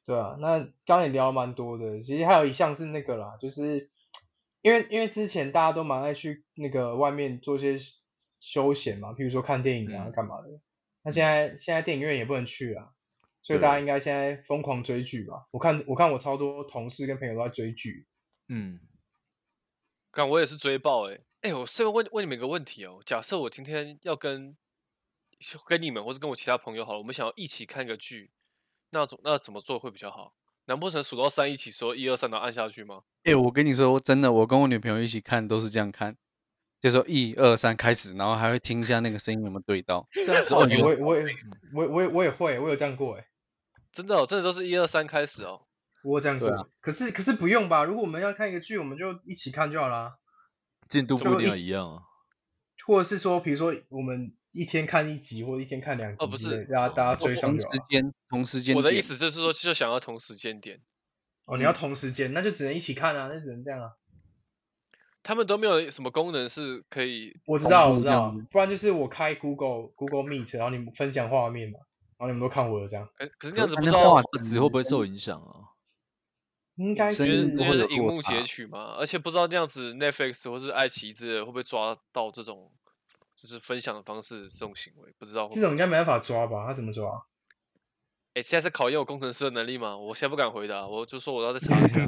[SPEAKER 1] 对啊，那刚刚也聊了蛮多的，其实还有一项是那个啦，就是因为因为之前大家都蛮爱去那个外面做些休休闲嘛，譬如说看电影啊
[SPEAKER 2] 嗯
[SPEAKER 1] 干嘛的。那现在现在电影院也不能去啊，所以大家
[SPEAKER 2] 对
[SPEAKER 1] 应该现在疯狂追剧吧？我看我看我超多同事跟朋友都在追剧，
[SPEAKER 2] 嗯，
[SPEAKER 3] 看我也是追爆哎、欸、哎、我顺便问问你们一个问题哦，假设我今天要跟跟你们或是跟我其他朋友好了，我们想要一起看个剧，那怎那怎么做会比较好？难不成数到三一起说一二三，然后按下去吗？
[SPEAKER 4] 哎、我跟你说，真的，我跟我女朋友一起看都是这样看，就说一二三开始，然后还会听一下那个声音有没有对到。
[SPEAKER 1] 这样子
[SPEAKER 4] 哦
[SPEAKER 1] 我
[SPEAKER 4] 你
[SPEAKER 1] 也我也我也我也我也我也会，我有这样过哎、
[SPEAKER 3] 真的、哦，真的都是一二三开始哦。
[SPEAKER 1] 我有这样
[SPEAKER 4] 对
[SPEAKER 1] 过。
[SPEAKER 4] 啊
[SPEAKER 1] 可是可是不用吧？如果我们要看一个剧，我们就一起看就好啦。
[SPEAKER 2] 进度不
[SPEAKER 1] 就
[SPEAKER 2] 一定要
[SPEAKER 1] 一
[SPEAKER 2] 一样啊。
[SPEAKER 1] 或者是说，比如说我们一天看一集，或者一天看两集之类的，
[SPEAKER 3] 哦不是
[SPEAKER 1] 大家大家追上
[SPEAKER 4] 同
[SPEAKER 1] 就
[SPEAKER 4] 时
[SPEAKER 1] 好了。
[SPEAKER 4] 间，同时间
[SPEAKER 3] 我
[SPEAKER 4] 点，
[SPEAKER 3] 的意思就是说，就想要同时间点，
[SPEAKER 1] 哦，你要同时间，那就只能一起看啊，那只能这样啊。
[SPEAKER 3] 他们都没有什么功能是可以
[SPEAKER 1] 我知道，我
[SPEAKER 4] 同步
[SPEAKER 1] 知
[SPEAKER 4] 这
[SPEAKER 1] 道
[SPEAKER 4] 样子，
[SPEAKER 1] 不然就是我开 Google Google Meet，然后你们分享画面嘛，然后你们都看我的这样，
[SPEAKER 3] 可呃可是
[SPEAKER 4] 可
[SPEAKER 3] 那样
[SPEAKER 4] 是
[SPEAKER 3] 子
[SPEAKER 4] 他
[SPEAKER 3] 不
[SPEAKER 4] 那
[SPEAKER 3] 知
[SPEAKER 4] 画
[SPEAKER 3] 道
[SPEAKER 4] 质，
[SPEAKER 2] 画质会不会受影响啊？
[SPEAKER 1] 应该
[SPEAKER 4] 声
[SPEAKER 1] 是
[SPEAKER 3] 因为
[SPEAKER 4] 音
[SPEAKER 3] 因
[SPEAKER 4] 都
[SPEAKER 3] 为
[SPEAKER 4] 会
[SPEAKER 3] 是
[SPEAKER 4] 有
[SPEAKER 3] 荧
[SPEAKER 4] 落
[SPEAKER 3] 幕截
[SPEAKER 4] 差
[SPEAKER 3] 取嘛，而且不知道那样子 Netflix 或是爱奇艺之类的会不会抓到这种就是分享的方式这种行为，不知道会
[SPEAKER 1] 这
[SPEAKER 3] 不
[SPEAKER 1] 种
[SPEAKER 3] 会
[SPEAKER 1] 应该没办法抓吧？他怎么抓？
[SPEAKER 3] 哎、现在是考验我工程师的能力吗？我现在不敢回答，我就说我要再查一下。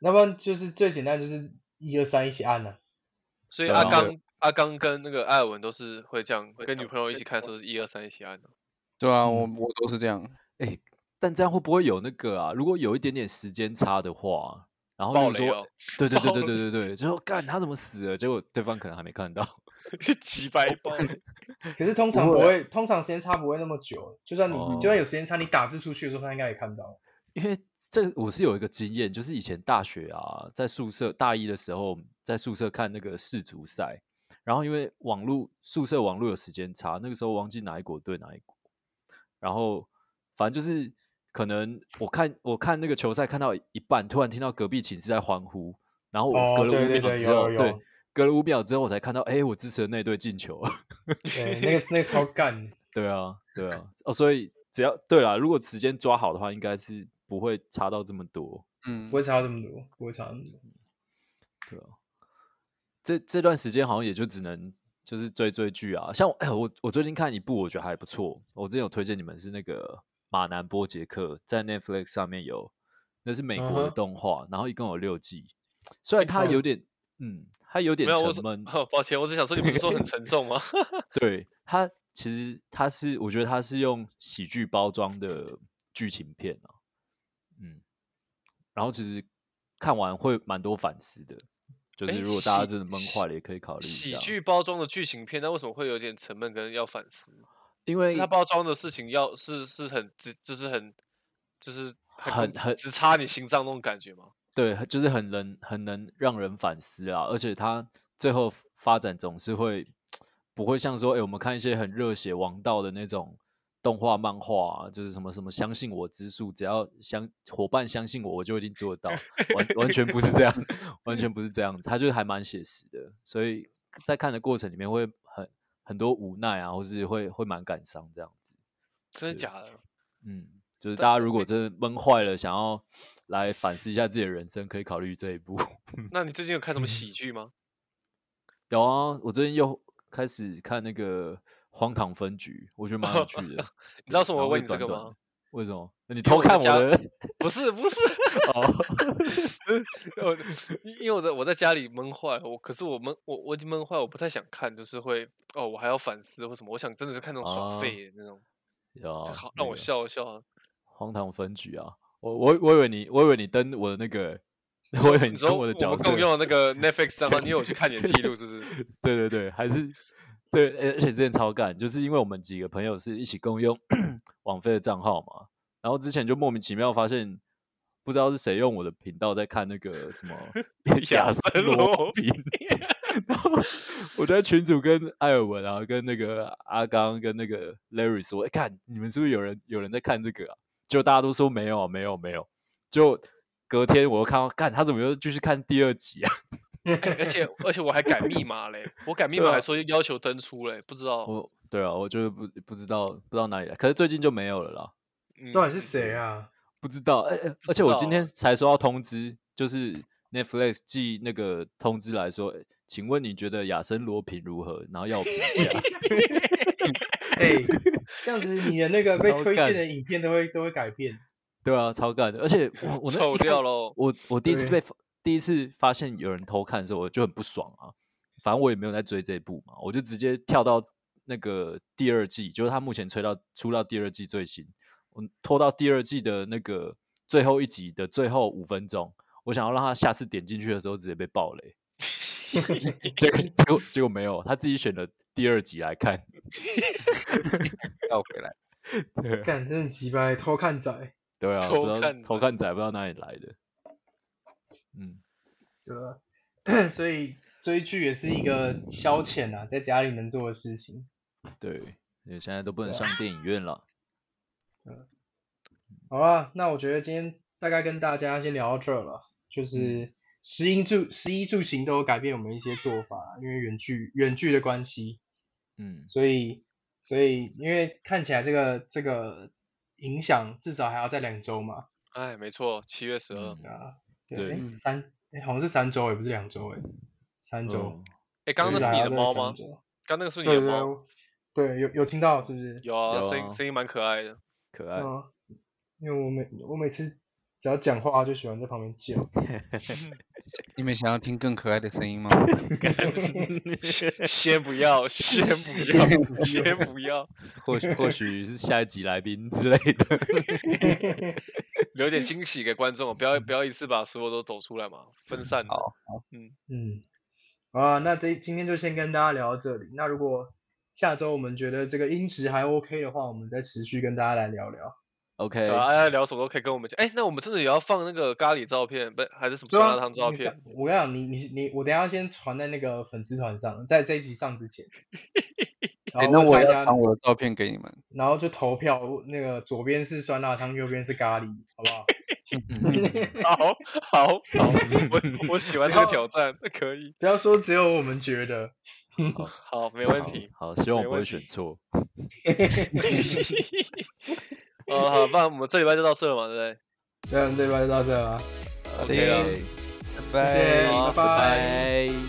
[SPEAKER 1] 要不然就是最简单，就是一二三一起按啊。
[SPEAKER 3] 所以
[SPEAKER 2] 对
[SPEAKER 3] 阿
[SPEAKER 2] 啊
[SPEAKER 3] 刚、阿刚跟那个艾尔文都是会这样，跟女朋友一起看的时候是一二三一起按的。
[SPEAKER 4] 对啊，我
[SPEAKER 1] 嗯
[SPEAKER 4] 我都是这样。
[SPEAKER 2] 但这样会不会有那个啊？如果有一点点时间差的话，然后
[SPEAKER 3] 爆
[SPEAKER 2] 就
[SPEAKER 3] 雷
[SPEAKER 2] 说
[SPEAKER 3] 哦，，
[SPEAKER 2] 对对对
[SPEAKER 3] 爆
[SPEAKER 2] 对对对对，就说干他怎么死了？结果对方可能还没看到。
[SPEAKER 3] 几
[SPEAKER 2] 哦
[SPEAKER 3] 百爆雷
[SPEAKER 1] 可是通常
[SPEAKER 4] 不
[SPEAKER 1] 不
[SPEAKER 4] 会
[SPEAKER 1] 会，啊通常时间差不会那么久，就算你、
[SPEAKER 2] 哦
[SPEAKER 1] 就算有时间差，你打字出去的时候，他应该也看到。
[SPEAKER 2] 因为这我是有一个经验，就是以前大学啊，在宿舍大一的时候，在宿舍看那个世足赛，然后因为网络宿舍网络有时间差，那个时候忘记哪一国对哪一国，然后反正就是可能我看我看那个球赛看到一半，突然听到隔壁寝室在欢呼，然后我
[SPEAKER 1] 哦
[SPEAKER 2] 隔了
[SPEAKER 1] 对
[SPEAKER 2] 五
[SPEAKER 1] 对
[SPEAKER 2] 秒
[SPEAKER 1] 对
[SPEAKER 2] 之
[SPEAKER 1] 有
[SPEAKER 2] 后，
[SPEAKER 1] 有有
[SPEAKER 2] 隔了五秒之后我才看到，哎，我支持的那队进球了。
[SPEAKER 1] 对，那个那个超干的，
[SPEAKER 2] 对啊，对啊，哦，所以只要对啦，如果时间抓好的话，应该是不会差到这么多。
[SPEAKER 4] 嗯
[SPEAKER 1] 不，会差这么多，不会差这么多。
[SPEAKER 2] 这这段时间好像也就只能就是追追剧啊，像我哎，我我最近看一部我觉得还不错，我之前有推荐你们是那个马南波杰克，在 Netflix 上面有，那是美国
[SPEAKER 1] 嗯
[SPEAKER 2] 的
[SPEAKER 1] 哼
[SPEAKER 2] 动画，然后一共有六季，虽然它
[SPEAKER 1] 嗯
[SPEAKER 2] 有点嗯，它有点
[SPEAKER 3] 没有，我
[SPEAKER 2] 沉
[SPEAKER 3] 是
[SPEAKER 2] 闷，
[SPEAKER 3] 哦，抱歉，我只想说，你不是说很沉重吗？
[SPEAKER 2] 对它其实它是我觉得它是用喜剧包装的剧情片啊，嗯，然后其实看完会蛮多反思的，就
[SPEAKER 3] 诶
[SPEAKER 2] 是如果大家
[SPEAKER 3] 喜
[SPEAKER 2] 真的闷
[SPEAKER 3] 喜
[SPEAKER 2] 坏了，也可以考虑一
[SPEAKER 3] 喜
[SPEAKER 2] 下
[SPEAKER 3] 剧包装的剧情片，那为什么会有点沉闷跟要反思？
[SPEAKER 2] 因
[SPEAKER 3] 是
[SPEAKER 2] 为
[SPEAKER 3] 它包装的事情要是是很直，就是很就是
[SPEAKER 2] 很
[SPEAKER 3] 攻
[SPEAKER 2] 很
[SPEAKER 3] 直插你心脏那种感觉吗？
[SPEAKER 2] 对，就是很能很能让人反思啊，而且它最后发展总是会不会像说，哎、我们看一些很热血王道的那种动画漫画、啊，就是什么什么相信我之术，只要相伙伴相信我，我就一定做得到，完完全不是这样，完全不是这样子，它就是还蛮写实的，所以在看的过程里面会很很多无奈啊，或是会会蛮感伤这样子。
[SPEAKER 3] 真的
[SPEAKER 2] 对
[SPEAKER 3] 假的？
[SPEAKER 2] 嗯，就是
[SPEAKER 3] 但
[SPEAKER 2] 大家
[SPEAKER 3] 但
[SPEAKER 2] 如果
[SPEAKER 3] 没
[SPEAKER 2] 真的闷坏了，想要来反思一下自己的人生，可以考虑这一步。
[SPEAKER 3] 那你最近有看什么
[SPEAKER 2] 嗯
[SPEAKER 3] 喜剧吗？
[SPEAKER 2] 有啊，我最近又开始看那个《荒唐分局》，我觉得蛮有趣的。
[SPEAKER 3] 你知道为什
[SPEAKER 2] 然
[SPEAKER 3] 么我
[SPEAKER 2] 后
[SPEAKER 3] 问
[SPEAKER 2] 就
[SPEAKER 3] 你这
[SPEAKER 2] 短
[SPEAKER 3] 个
[SPEAKER 2] 短
[SPEAKER 3] 吗
[SPEAKER 2] 的？？为什么？那你
[SPEAKER 3] 因为
[SPEAKER 2] 偷
[SPEAKER 3] 我在
[SPEAKER 2] 看我
[SPEAKER 3] 家
[SPEAKER 2] 的？
[SPEAKER 3] 不是 不是，
[SPEAKER 2] 哦
[SPEAKER 3] 我因因为我在我在家里闷坏了，我可是我闷我我已经闷坏了，我不太想看，就是会哦，我还要反思或什么，我想真的是看那种
[SPEAKER 2] 啊
[SPEAKER 3] 爽废的那种，
[SPEAKER 2] 有
[SPEAKER 3] 是
[SPEAKER 2] 啊
[SPEAKER 3] 好
[SPEAKER 2] 那
[SPEAKER 3] 让我
[SPEAKER 2] 个
[SPEAKER 3] 笑一笑。
[SPEAKER 2] 荒唐分局》啊！我我我以为你，我以为你登我的那个， 我以为
[SPEAKER 3] 你说
[SPEAKER 2] 登
[SPEAKER 3] 我
[SPEAKER 2] 的
[SPEAKER 3] 们
[SPEAKER 2] 角色。
[SPEAKER 3] 共用的 那个 Netflix 账号，你有去看你的记录是不是？
[SPEAKER 2] 对对对，还是对，而而且之前超干，就是因为我们几个朋友是一起共用 网飞的账号嘛，然后之前就莫名其妙发现，不知道是谁用我的频道在看那个什么
[SPEAKER 3] 亚
[SPEAKER 2] 森
[SPEAKER 3] 森罗
[SPEAKER 2] 宾， 然后我在群主跟艾尔文啊，跟那个阿刚跟那个 Larry 说，哎、看你们是不是有人有人在看这个啊？就大家都说没有啊没有没有，就隔天我又看到，看他怎么又继续看第二集啊？
[SPEAKER 3] 哎而且而且我还改密码嘞，我改密
[SPEAKER 2] 对
[SPEAKER 3] 码
[SPEAKER 2] 啊
[SPEAKER 3] 还说要求登出嘞，不知道。
[SPEAKER 2] 我对啊，我就是不不知道不知道哪里来，可是最近就没有了啦，
[SPEAKER 3] 嗯
[SPEAKER 1] 到底是谁啊？
[SPEAKER 2] 不知道。哎、哎，
[SPEAKER 3] 不
[SPEAKER 2] 而
[SPEAKER 3] 知
[SPEAKER 2] 且我
[SPEAKER 3] 道
[SPEAKER 2] 今
[SPEAKER 3] 啊
[SPEAKER 2] 天才收到通知，就是 Netflix 寄那个通知来说，哎请问你觉得亚森罗平如何？然后要我评 价。
[SPEAKER 1] 哎、 这样子你的那个被
[SPEAKER 2] 超
[SPEAKER 1] 推
[SPEAKER 2] 干
[SPEAKER 1] 荐的影片都会都会改变。
[SPEAKER 2] 对啊，超干的，而且我我那
[SPEAKER 3] 丑
[SPEAKER 2] 一开
[SPEAKER 3] 掉喽
[SPEAKER 2] 我我第一次
[SPEAKER 1] 对
[SPEAKER 2] 被发第一次发现有人偷看的时候，我就很不爽啊。反正我也没有在追这一部嘛，我就直接跳到那个第二季，就是他目前吹到出到第二季最新，我拖到第二季的那个最后一集的最后五分钟，我想要让他下次点进去的时候直接被爆 雷，结果结果结果没有，他自己选了第二集来看。
[SPEAKER 4] 要回来。
[SPEAKER 2] 对啊
[SPEAKER 1] 干，真的鸡掰，偷看仔，
[SPEAKER 2] 对啊，
[SPEAKER 3] 偷
[SPEAKER 2] 不知道
[SPEAKER 3] 看
[SPEAKER 2] 偷
[SPEAKER 3] 的
[SPEAKER 2] 看仔不知道哪里来的，嗯。
[SPEAKER 1] 对吧？ 所以追剧也是一个消遣啊，在家里能做的事情。
[SPEAKER 2] 对，因为现在都不能
[SPEAKER 1] 对
[SPEAKER 3] 啊
[SPEAKER 2] 上电影院了。
[SPEAKER 1] 好啦，那我觉得今天大概跟大家先聊到这儿了，
[SPEAKER 2] 嗯
[SPEAKER 1] 就是食衣住食衣住行都有改变我们一些做法，因为远距远距的关系，
[SPEAKER 2] 嗯，
[SPEAKER 1] 所以所以因为看起来这个这个影响至少还要在两周嘛，
[SPEAKER 3] 哎，没错，七月十二
[SPEAKER 2] 嗯。
[SPEAKER 1] 啊，
[SPEAKER 2] 对
[SPEAKER 1] 对，
[SPEAKER 4] 嗯
[SPEAKER 1] 诶三诶好像是三周，也不是两周，哎，三周
[SPEAKER 2] 嗯。
[SPEAKER 3] 哎，刚刚那
[SPEAKER 1] 至少
[SPEAKER 3] 是你
[SPEAKER 1] 还要在
[SPEAKER 3] 的猫
[SPEAKER 1] 三
[SPEAKER 3] 吗？
[SPEAKER 1] 周
[SPEAKER 3] 刚那个是不是
[SPEAKER 1] 对
[SPEAKER 3] 你的
[SPEAKER 1] 对
[SPEAKER 3] 猫？
[SPEAKER 1] 我对，有有听到是不是？
[SPEAKER 3] 有呃啊，声
[SPEAKER 2] 有啊
[SPEAKER 3] 音声音蛮可爱的。
[SPEAKER 2] 可爱。
[SPEAKER 1] 嗯，因为我每我每次只要讲话，就喜欢在旁边 叫。
[SPEAKER 2] 嗯
[SPEAKER 4] 你们想要听更可爱的声 音吗？
[SPEAKER 3] 先先不要，先不要，先不要，
[SPEAKER 2] 或许或许是下一集来宾之类
[SPEAKER 3] 啊
[SPEAKER 2] 的。
[SPEAKER 3] 留点惊喜给观众，不要不要一次把所有都抖出来嘛，分散。
[SPEAKER 4] 好
[SPEAKER 1] 嗯，啊，那这今天就先跟大家聊到这里。那如果下周我们觉得这个音质还 OK 的话，我们再持续跟大家来聊聊。
[SPEAKER 2] OK，
[SPEAKER 3] 对啊，大家聊什么都可以跟我们讲。哎，那我们真的也要放那个咖喱照片，不是还是什么
[SPEAKER 1] 对
[SPEAKER 3] 酸
[SPEAKER 1] 啊
[SPEAKER 3] 辣汤照
[SPEAKER 1] 你
[SPEAKER 3] 片？
[SPEAKER 1] 讲我跟你讲，你你你，我等一下先传在那个粉丝团上，在这一集上之 前。然
[SPEAKER 4] 哎、
[SPEAKER 1] 后
[SPEAKER 4] 那
[SPEAKER 1] 问
[SPEAKER 4] 我
[SPEAKER 1] 大
[SPEAKER 4] 也
[SPEAKER 1] 家
[SPEAKER 4] 要传我的照片给你们。
[SPEAKER 1] 然后就投票，那个左边是酸辣汤，右边是咖喱，好不好？
[SPEAKER 3] 好好好，我我喜欢这个挑战，可以，
[SPEAKER 1] 不要说只有我们觉得，
[SPEAKER 3] 好， 没问题。
[SPEAKER 2] 嗯好，希望我
[SPEAKER 3] 没
[SPEAKER 2] 不会
[SPEAKER 3] 问
[SPEAKER 2] 选
[SPEAKER 3] 题
[SPEAKER 2] 错。
[SPEAKER 3] 呃，好，那我们这礼拜就到这了嘛，对不对？
[SPEAKER 1] 那这边就到这了啊，
[SPEAKER 3] OK 了
[SPEAKER 1] 谢谢，
[SPEAKER 2] 好
[SPEAKER 1] 拜
[SPEAKER 2] 拜拜